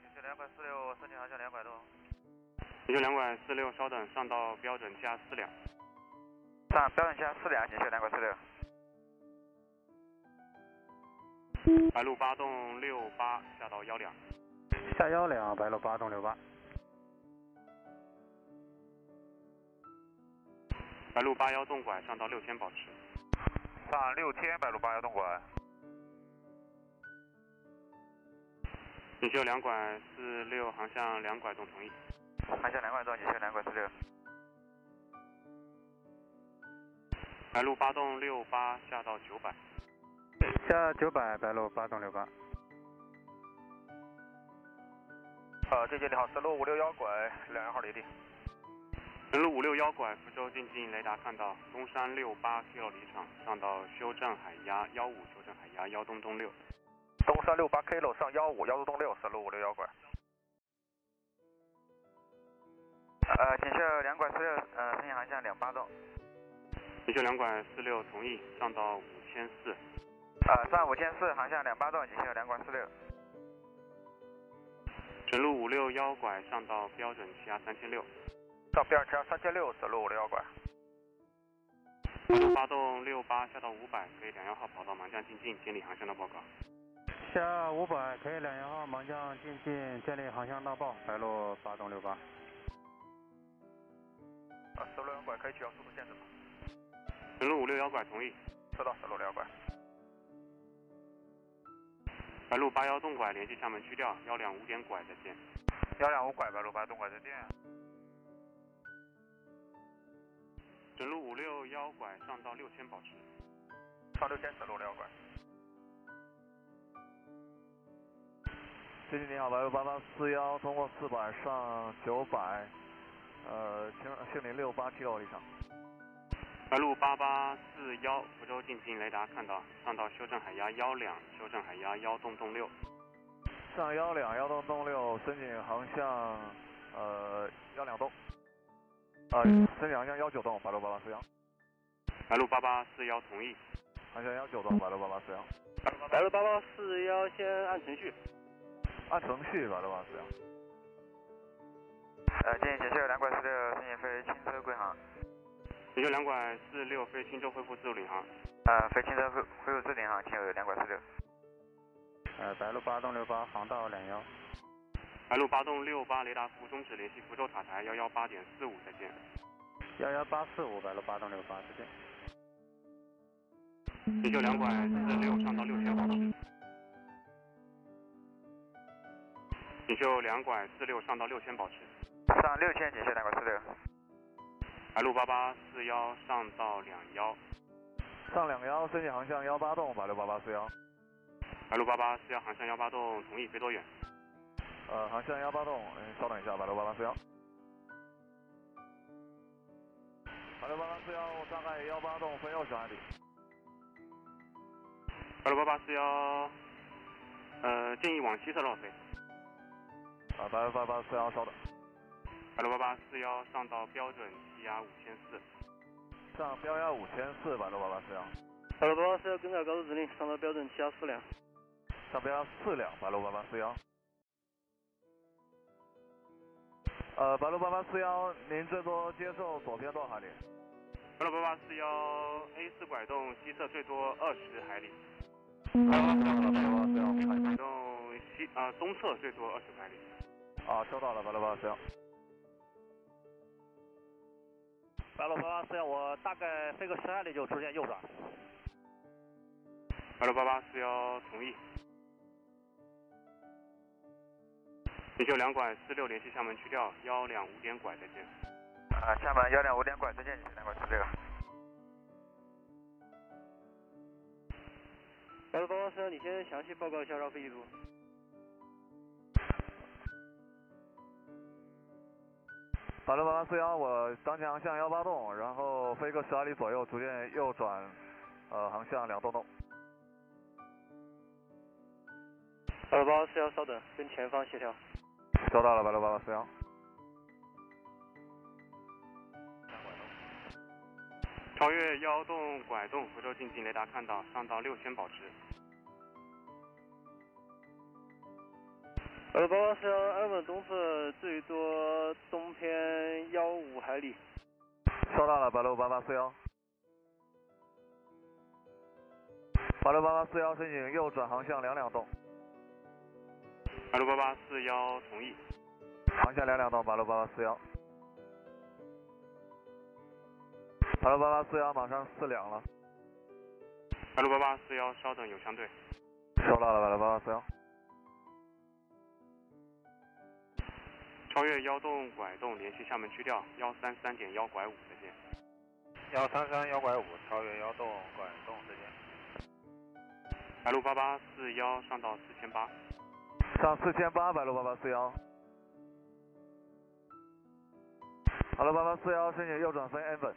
Speaker 14: 九九两拐四六，申请航向两拐动。
Speaker 13: 锦绣两拐四六，稍等，上到标准加四两。
Speaker 4: 上标准气压四两，锦绣两拐四六。
Speaker 13: 白鹭八栋六八下到幺两。
Speaker 5: 下幺两，白鹭八栋六八。
Speaker 13: 白鹭八幺纵拐上到六千保持。
Speaker 10: 上六千，白鹭八幺动拐。
Speaker 13: 锦绣两拐四六航向两拐动同意。
Speaker 4: 航向两拐动，锦绣两拐四六。
Speaker 13: 白鹭八栋六八下到九百。
Speaker 5: 下九百白鹭八栋六八。
Speaker 14: 呃，这节你好，神路五六幺拐两幺号离地。
Speaker 13: 神路五六幺拐福州近近雷达看到东山六八 kilo 离场，上到修正海压幺五修正海压幺东东六。
Speaker 14: 东山六八 K 楼上幺五幺东六，神路五六幺拐。
Speaker 8: 呃，锦绣两拐四六，呃，分享航向两八栋。
Speaker 13: 锦绣两拐四六同意，上到五千四。
Speaker 14: 啊
Speaker 8: 呃，上五千四，航向两八栋，锦绣两拐四六。
Speaker 13: 神路五六幺拐上到标准气压三千六。
Speaker 14: 上标准气压三千六，神路五六幺拐。
Speaker 13: 八栋六八下到五百，可以两幺号跑道盲降进近，监理航向的报告。
Speaker 5: 下五百，可以两幺号盲降进近，建立航向大报，白鹭八栋六八。
Speaker 2: 啊
Speaker 14: 呃，神路两拐可以取消速度限制吗？
Speaker 13: 神路五六幺拐同意。
Speaker 14: 收到，神路两拐。
Speaker 13: 白鹭八幺洞拐联系厦门区调，幺两五点拐再见。
Speaker 14: 幺两五拐白鹭八洞拐再见。
Speaker 13: 神路五六幺拐上到六千保持。
Speaker 14: 上六千神路六拐。
Speaker 10: 最近你好，白鹭八八四幺，通过四百上九百，呃，请杏林六八 kilo 离场。
Speaker 13: 白鹭八八四幺，福州近近雷达看到，上到修正海压幺两，修正海压幺洞洞六，
Speaker 10: 上幺两幺洞洞六，申请航向呃幺两洞，呃，申请航向幺九洞，白鹭八八四幺，
Speaker 13: 白鹭八八四幺同意，
Speaker 10: 航向幺九洞，白鹭八八四幺，
Speaker 15: 白鹭八八四幺先按程序，
Speaker 10: 按程序白鹭八八四幺。
Speaker 8: 呃，建议解救两拐四六，申请飞轻车归航。
Speaker 13: 锦绣两拐四六飞青州恢复自主领航。
Speaker 8: 呃，飞青州恢恢复自主领航，请有两拐四六。
Speaker 5: 呃，白鹭八栋六八航道两幺。
Speaker 13: 白鹭八栋六八雷达服务终止，联系福州塔台幺幺八点四五，再见。
Speaker 5: 幺幺八四五白鹭八栋六八再见。
Speaker 13: 锦绣两拐四六上到六千保持。锦绣两拐四六上到六千保持。
Speaker 8: 上六千，锦绣两拐四六。
Speaker 13: 白鹭八八四幺上到两幺，
Speaker 10: 上两幺，申请航向幺八栋，白鹭八八四幺。
Speaker 13: 白鹭八八四幺航向幺八栋，同意飞多远？
Speaker 10: 呃，航向幺八栋，嗯，稍等一下，白鹭八八四幺。啊白鹭八八四幺，大概幺八栋分右十海里。
Speaker 13: 白鹭八八四幺，呃，建议往西侧绕飞。
Speaker 10: 啊，白鹭八八四幺，稍等。
Speaker 13: 白鹭八八四幺上到标准气压五千四，
Speaker 10: 上标压五千四，白鹭八八四幺。
Speaker 15: 白鹭八八四幺更改高速指令，上到标准气压四两。
Speaker 10: 上标压四两，白鹭八八四幺。呃，白鹭八八四幺，您最多接受左偏多少海里？
Speaker 13: 白鹭八八四幺 A 四拐洞西侧最多二十海里。
Speaker 10: 白鹭八八四幺，白鹭八八四幺，看
Speaker 13: 拐
Speaker 10: 一下。
Speaker 13: 洞西啊、东侧最多二十海里。
Speaker 10: 啊，收到了，白鹭八八四幺。
Speaker 15: 白鹭八八四幺，我大概飞个十海里就出现右转。
Speaker 13: 白鹭八八四幺同意。锦绣两拐四六联系厦门区调幺两五点拐再见。
Speaker 8: 啊，厦门幺两五点拐再见，两拐四六。
Speaker 15: 白鹭八八四幺，你先详细报告一下绕飞意图。
Speaker 10: 白鹭八八四幺，我当前航向幺八栋，然后飞个十海里左右，逐渐右转，呃，航向两栋栋。
Speaker 15: 白鹭八八四幺，稍等，跟前方协调。
Speaker 10: 收到了，白鹭八八四幺。
Speaker 13: 超越幺洞拐洞，福州近近雷达看到，上到六千保持。
Speaker 15: 呃，八八四幺安稳东侧最多东偏幺五海里。
Speaker 10: 收到了，白鹭八八四幺。白鹭八八四幺申请右转航向两两栋，
Speaker 13: 白鹭八八四幺同意。
Speaker 10: 航向两两栋，白鹭八八四幺。白鹭八八四幺马上四两了，
Speaker 13: 白鹭八八四幺，稍等，有相对。
Speaker 10: 收到了，白鹭八八四幺。
Speaker 13: 超越幺洞拐洞，联系厦门区调幺三三点幺拐五，再见。
Speaker 5: 幺三三幺拐五超越幺洞拐洞之间。
Speaker 13: 白鹭八八四幺上到四千八，
Speaker 10: 上四千八，白鹭八八四幺。好了，八八四幺申请右转飞 N 本，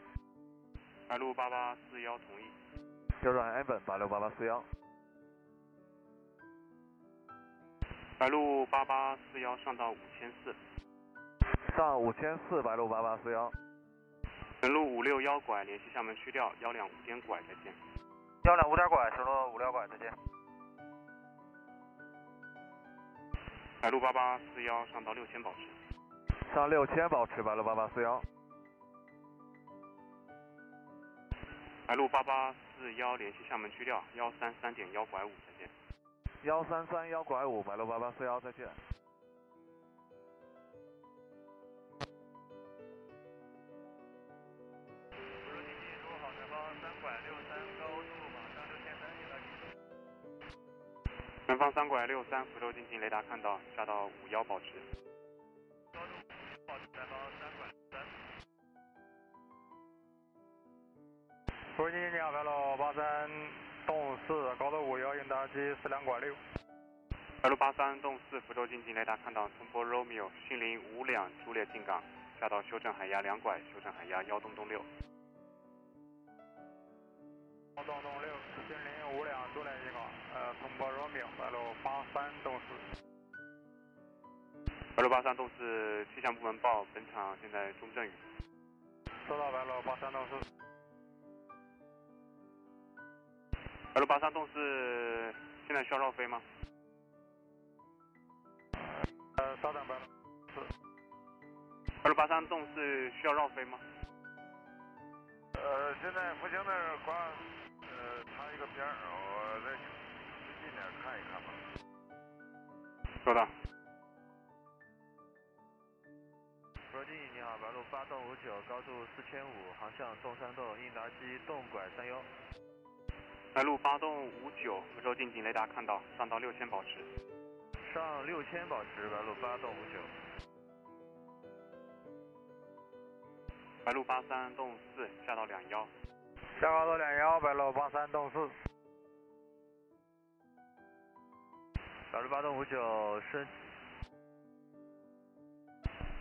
Speaker 13: 白鹭八八四幺同意。
Speaker 10: 右转 N 本八六八八四幺，
Speaker 13: 白鹭八八四幺上到五千四，
Speaker 10: 上五千四，白鹭八八四幺，
Speaker 13: 原路五六幺拐联系厦门区调幺两五点拐再见。
Speaker 4: 幺两五点拐，石头五六拐，再见。
Speaker 13: 白鹭八八四幺上到六千保持，
Speaker 10: 上六千保持白鹭八八四幺，
Speaker 13: 白鹭八八四幺联系厦门区调幺三三点幺拐五再见。
Speaker 10: 幺三三幺拐五，白鹭八八四幺，再见。
Speaker 13: 南方三拐六三福州进近雷达看到，下到五幺保持。
Speaker 10: 福州经济你好，白鹭八三洞四高度五幺，应答机四两拐六。
Speaker 13: 白鹭八三洞四福州进近雷达看到，通波 Romeo 迅林五两朱列进港，下到修正海峡两拐，修正海峡幺洞洞六。
Speaker 10: 洞洞六，金陵五两出来一个，呃，通波罗秒，白鹭八三洞四。
Speaker 13: 白鹭八三洞四气象部门报，本场现在中阵雨。
Speaker 10: 收到白鹭八三洞四。
Speaker 13: 白鹭八三洞四现在需要绕飞吗？
Speaker 10: 呃，稍等白鹭四。
Speaker 13: 白鹭八三洞四需要绕飞吗？
Speaker 14: 呃，现在复兴那儿刮，呃，插一个边儿，我再近点儿看一看吧。
Speaker 13: 收到。
Speaker 16: 福州经济你好，白鹭八栋五九，高度四千五，航向东山洞，应答机动拐三幺。
Speaker 13: 白鹭八洞五九福州进近雷达看到，上到六千保持。
Speaker 16: 上六千保持，白鹭八栋五九。
Speaker 13: 白鹭八三洞四下到两幺，
Speaker 10: 下高度两幺，白鹭八三洞四。
Speaker 16: 白鹭八栋五
Speaker 5: 呃
Speaker 16: 九升，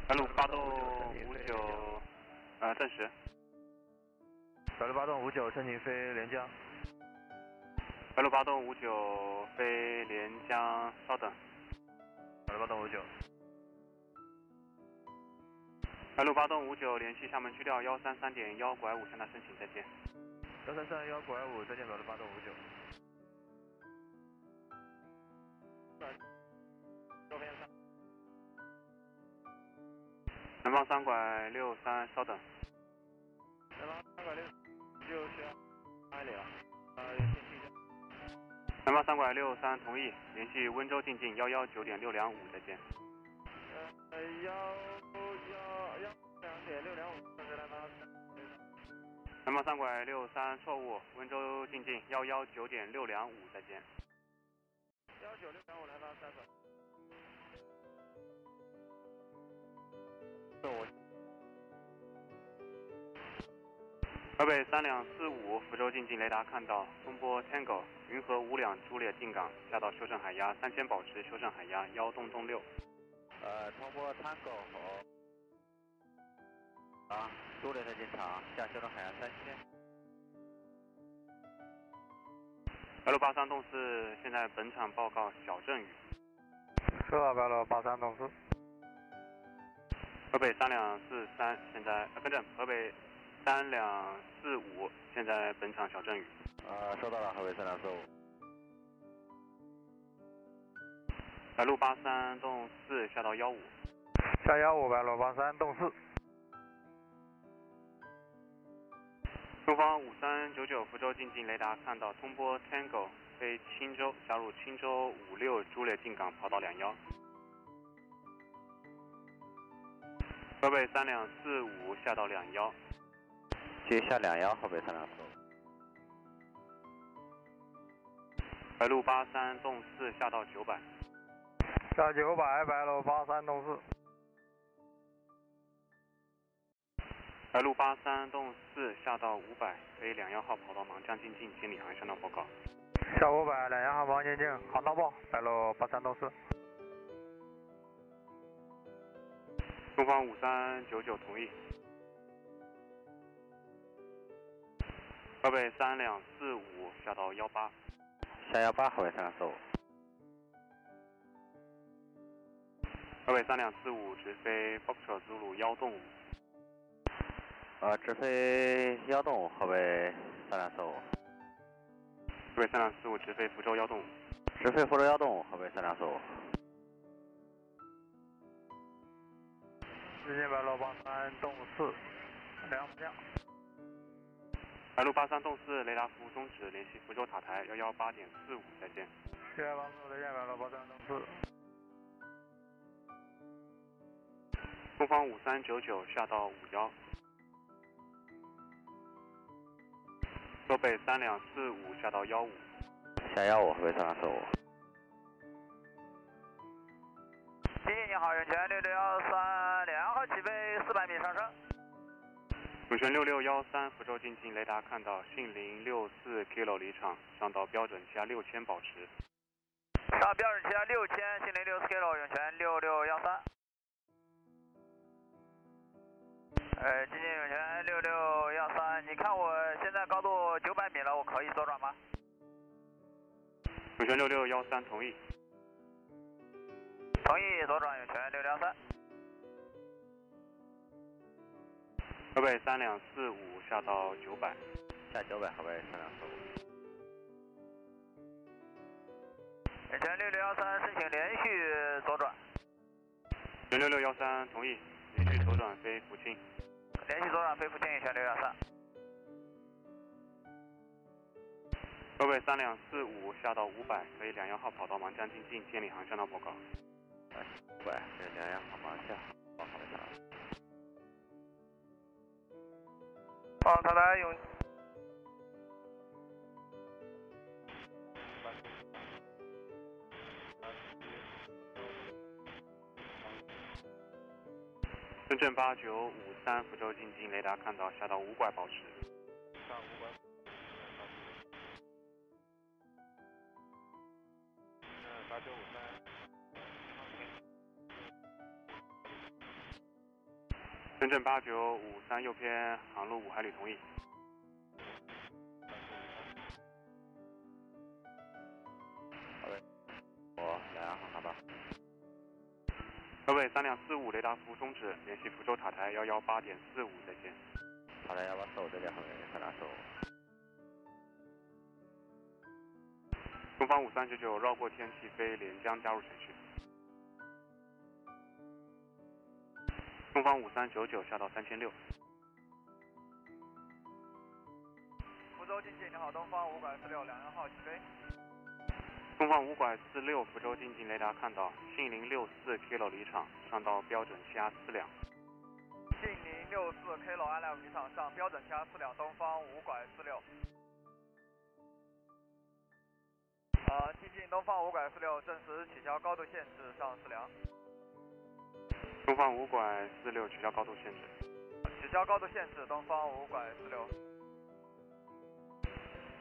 Speaker 13: 白
Speaker 2: 哦
Speaker 13: 鹭八栋五九，呃，暂时。
Speaker 16: 白鹭八栋五九申请飞连江，
Speaker 13: 白鹭八栋五九飞连江，稍等。
Speaker 16: 白鹭八栋五九。
Speaker 13: 白鹭八栋五九联系厦门区调幺三三点幺拐五向他申请再见。
Speaker 16: 幺三三幺拐五，再见，白鹭八栋五九。
Speaker 13: 南方三拐六三，稍等。
Speaker 8: 南方三拐六六需要哪里啊？呃，
Speaker 13: 南方三拐六三同意，联系温州进近幺幺九点六两五再见。
Speaker 8: 呃，幺幺幺两点六两五，这是南方
Speaker 13: 南方三拐六三错误，温州进近幺幺九点六两五再见。
Speaker 8: 幺九六两五南方三拐。
Speaker 13: 河北三两四五福州进近雷达看到，东波 Tango 云和五两朱列进港，下到修正海压三千保持修正海压幺洞洞六。
Speaker 8: 呃，通过 Tango 和啊，苏联的进场，下修正海岸三千。
Speaker 13: 白鹭八三洞四现在本场报告小阵雨。
Speaker 5: 收到白鹭八三洞四。
Speaker 13: 河北三两四三现在呃不对，河北三两四五现在本场小阵雨。
Speaker 14: 呃，收到了，河北三两四五。
Speaker 13: 白鹭呃八三洞四下到幺五，
Speaker 5: 下幺五白鹭八三洞四。
Speaker 13: 东方五三九九福州进近雷达看到通波 Tango 飞青州加入青州五六朱列进港跑道两幺。河北三两四五下到两幺，
Speaker 16: 接下两幺，河北三两四五。
Speaker 13: 白鹭呃八三洞四下到九百，
Speaker 5: 下九百白鹭八三洞四。
Speaker 13: 白鹭呃八三动四下到五百，可以两幺号跑道盲降进近千里航向道报告。
Speaker 5: 下五百两幺号王静静，航道报，白鹭八三动四。
Speaker 13: 东方五三九九同意。河北三两四五下到幺八，
Speaker 3: 下幺八，河北三两四五。
Speaker 13: 河北三两四五直飞 Foxtrot Zulu 幺洞五，
Speaker 5: 啊
Speaker 3: 呃，直飞幺洞五，河北三两四五。
Speaker 13: 河北三两四五直飞福州幺洞五，
Speaker 3: 直飞福州幺洞五，河北三两四五。
Speaker 5: 直接白鹭八三动四，两不降。
Speaker 13: 白呃鹭八三洞四雷达服务终止，联系福州塔台幺幺八点四五，再见。
Speaker 5: 谢谢帮助，再见白鹭八三动四。
Speaker 13: 东方五三九九下到五幺，河北三两四五下到幺五，
Speaker 3: 下幺五，河北三两四五。
Speaker 4: 提醒你好，涌泉六六幺三，呃两幺号起飞四百米上升。
Speaker 13: 永泉六六幺三福州进近雷达看到信零六四 kilo 离场，上到标准气压六千保持。
Speaker 4: 上标准气压六千，信零六四 kilo，涌泉六六幺三。呃，接近涌泉六六幺三，你看我现在高度九百米了，我可以左转吗？
Speaker 13: 永泉六六幺三同意。
Speaker 4: 同意左转，涌泉六六幺三。
Speaker 13: 河北三两四五下到九百，
Speaker 3: 下九百，河北三两四五。
Speaker 4: 涌泉六六幺三，申请连续左转，
Speaker 13: 永泉六六幺三同意，连续左转飞福清。
Speaker 4: 连续左转飞福建涌泉六幺三。
Speaker 13: 河北三两四五下到五百，可以两幺号跑道盲降进近千里航向道报告。
Speaker 4: 哎
Speaker 3: 喂，这是两幺号盲降，报告一下。
Speaker 17: 啊，塔台永
Speaker 13: 深圳八九五三福州进京雷达看到下到五拐保持。
Speaker 8: 嗯八九五三。
Speaker 13: 深圳八九五三右偏航路五海里同意。
Speaker 3: 河北，
Speaker 13: 哦
Speaker 3: 我两
Speaker 13: 啊
Speaker 3: 幺号航道。
Speaker 13: 河北三两四五雷达服务终止，联系福州塔台幺幺八点四五，再见。
Speaker 3: 好的，幺八四五再见，河北三两四五。
Speaker 13: 东方五三九九绕过天气飞连江加入程序。东方五三九九下到三千六，
Speaker 4: 福州经济你好，东方五拐四六，两幺号起飞。
Speaker 13: 东方五拐四六福州进近雷达看到信零六四 kilo 离场，上到标准气压四两。
Speaker 4: 近零六四 K 楼 L 离场上标准气压四两，东方五拐四六。呃，接近东方五拐四六，证实取消高度限制上四梁，
Speaker 13: 东方五拐四六取消高度限制。
Speaker 4: 取消高度限制，东方五拐四六。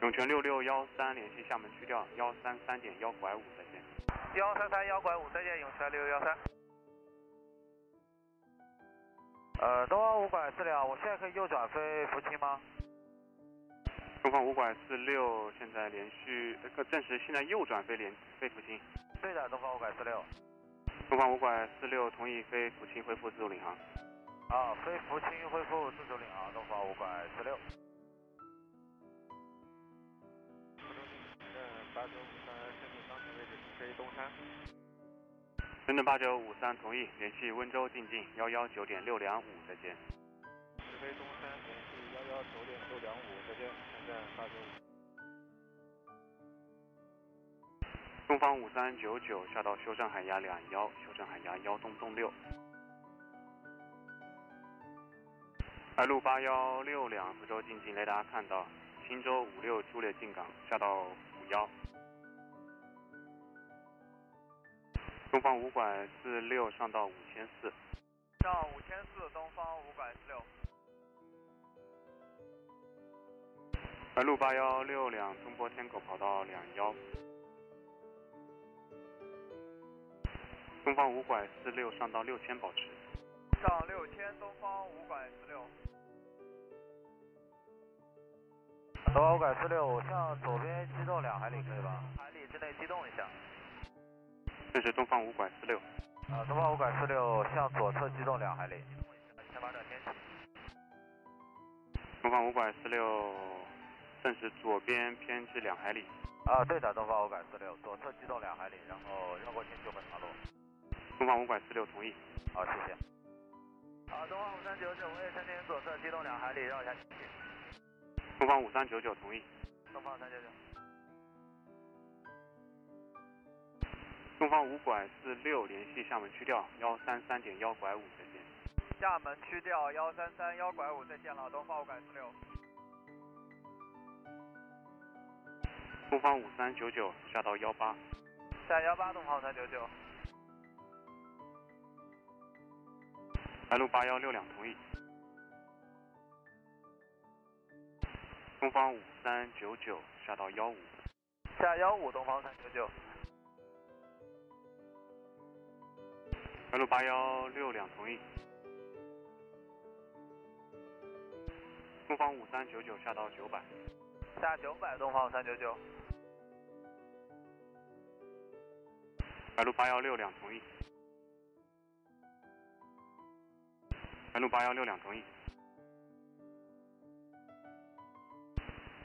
Speaker 13: 涌泉六六幺三联系厦门区调幺三三点幺拐五，再见。
Speaker 4: 幺三三幺拐五，再见，涌泉六幺三。
Speaker 2: 呃，东方五拐四两，我现在可以右转飞福清吗？
Speaker 13: 东方五拐四六现在连续呃证实现在右转飞连飞福清。
Speaker 2: 对的，东方五拐四六。
Speaker 13: 东方五拐四六同意飞福清恢复自主领航。
Speaker 2: 啊，飞福清恢复自主领航，东方五拐四六。
Speaker 8: 嗯八九五三，申请当前位置直飞东山。
Speaker 13: 深圳八九五三同意联系温州进近幺幺九点六两五，再见。
Speaker 8: 直飞东山，联系幺幺九点六两五，再见。现在八九五。
Speaker 13: 东方五三九九下到修正海压两幺，修正海压幺洞洞六。白鹭八幺六两福州进近雷达看到，青州五六朱列进港下到五幺。东方五拐四六上到五千四，
Speaker 4: 上五千四，东方五拐四六。
Speaker 13: 白鹭八幺六两东波天狗跑道两幺，东方五拐四六上到六千保持。
Speaker 4: 上六千，东方五拐四六。
Speaker 10: 东方五拐四六，我向左边机动两海里，可以吧？
Speaker 18: 海里之内机动一下。
Speaker 13: 这是东方五拐四六。
Speaker 10: 啊，东方五拐四六向左侧机动两海里。
Speaker 18: 先把这天气。
Speaker 13: 东方五拐四六，正是左边偏至两海里。
Speaker 10: 啊，对的，东方五拐四六，左侧机动两海里，然后绕过天九本长路。
Speaker 13: 东方五拐四六同意。
Speaker 10: 好，谢谢。
Speaker 18: 啊，东方五三九九，我也申请左侧机动两海里，绕一下天气。
Speaker 13: 东方五三九九同意。
Speaker 18: 东方三九九。
Speaker 13: 东方五拐四六联系厦门区调幺三三点幺拐五，再见。
Speaker 4: 厦门区调幺三三幺拐五，再见了，东方五拐四六。
Speaker 13: 东方五三九九下到幺八。
Speaker 4: 下幺八，东方五三九九。
Speaker 13: 白鹭八幺六两同意。东方五三九九下到幺五。
Speaker 4: 下幺五，东方三九九。
Speaker 13: 白鹭八幺六两同意。东方五三九九下到九百。
Speaker 4: 下九百，东方五三九九。
Speaker 13: 白鹭八幺六两同意。白鹭八幺六两同意。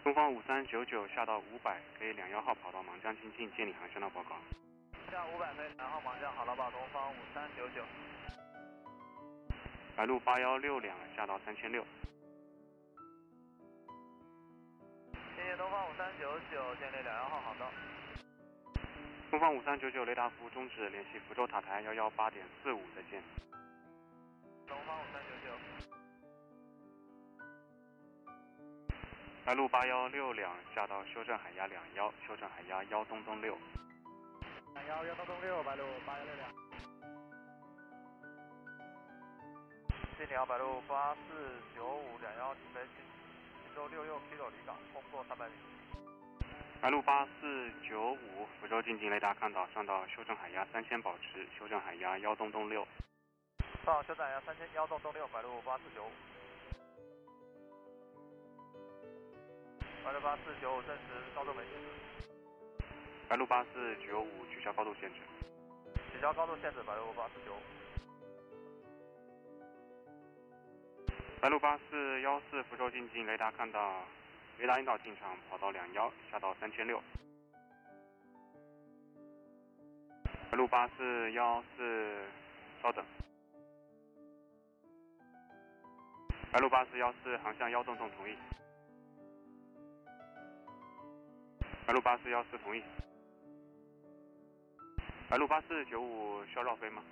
Speaker 13: 东方五三九九下到五百，可以两幺号跑道盲江清近建里航向道报告。
Speaker 4: 下五百可以两号盲降，好了吧，东方五三九九。
Speaker 13: 白鹭八幺六两下到三千六。
Speaker 4: 谢谢东方五三九九，建立两幺号航道。
Speaker 13: 东方五三九九雷达服务终止，联系福州塔台幺幺八点四五，再见。
Speaker 4: 东方五三九九。
Speaker 13: 白鹭八幺六两下到修正海压两幺，修正海压幺东东六。
Speaker 4: 两幺幺东东六，白鹭八幺六两。
Speaker 2: 这条白鹭八四九五两幺西北行，荆州六六 K 九离港，风速三百米。
Speaker 13: 白鹭八四九五福州近近雷达看到上到修正海压三千保持，修正海压幺东东六。
Speaker 2: 上修正海压三千幺东东六，白鹭八四九五。白鹭八四九五证实高度没事。
Speaker 13: 白鹭八四九五取消高度限制。
Speaker 2: 取消高度限制，白鹭八四九五。
Speaker 13: 白鹭八四幺四福州进近雷达看到，雷达引导进场跑道两幺下到三千六。白鹭八四幺四稍等。白鹭八四幺四航向幺洞洞同意。白鹭八四幺四同意。白鹭八四九五需要绕飞吗？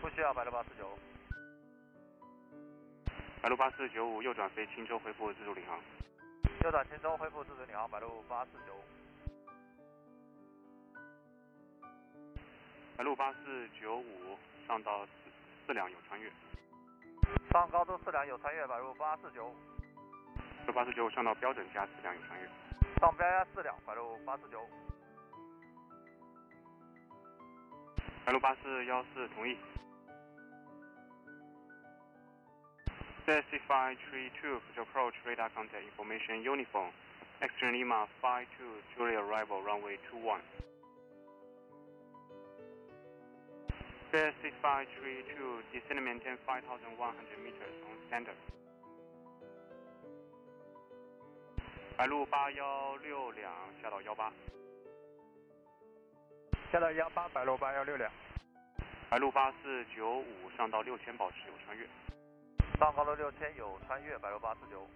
Speaker 2: 不需要，白鹭八四九五。
Speaker 13: 白鹭八四九五右转飞青州恢复自主领航。
Speaker 2: 右转青州恢复自主领航，白鹭八四九五。
Speaker 13: 白鹭八四九五上到四四两有穿越。
Speaker 2: 上高度四两有穿越，白鹭八四九五。
Speaker 13: 白鹭八四九五上到标准下四两有穿越。
Speaker 2: 上标压四两，白鹭八四九五。
Speaker 13: 白鹭八四幺四同意。Sixty-five three two for approach radar contact information uniform. Extra Lima five two Julia arrival runway two one. Sixty-five three two descend maintain five thousand one hundred meters on standard. 白鹭八幺六两下到幺八。
Speaker 10: 下到幺八，白鹭八幺六两。
Speaker 13: 白鹭八四九五上到六千保持有穿越。
Speaker 2: 上高度六千有穿越，白鹭八四九。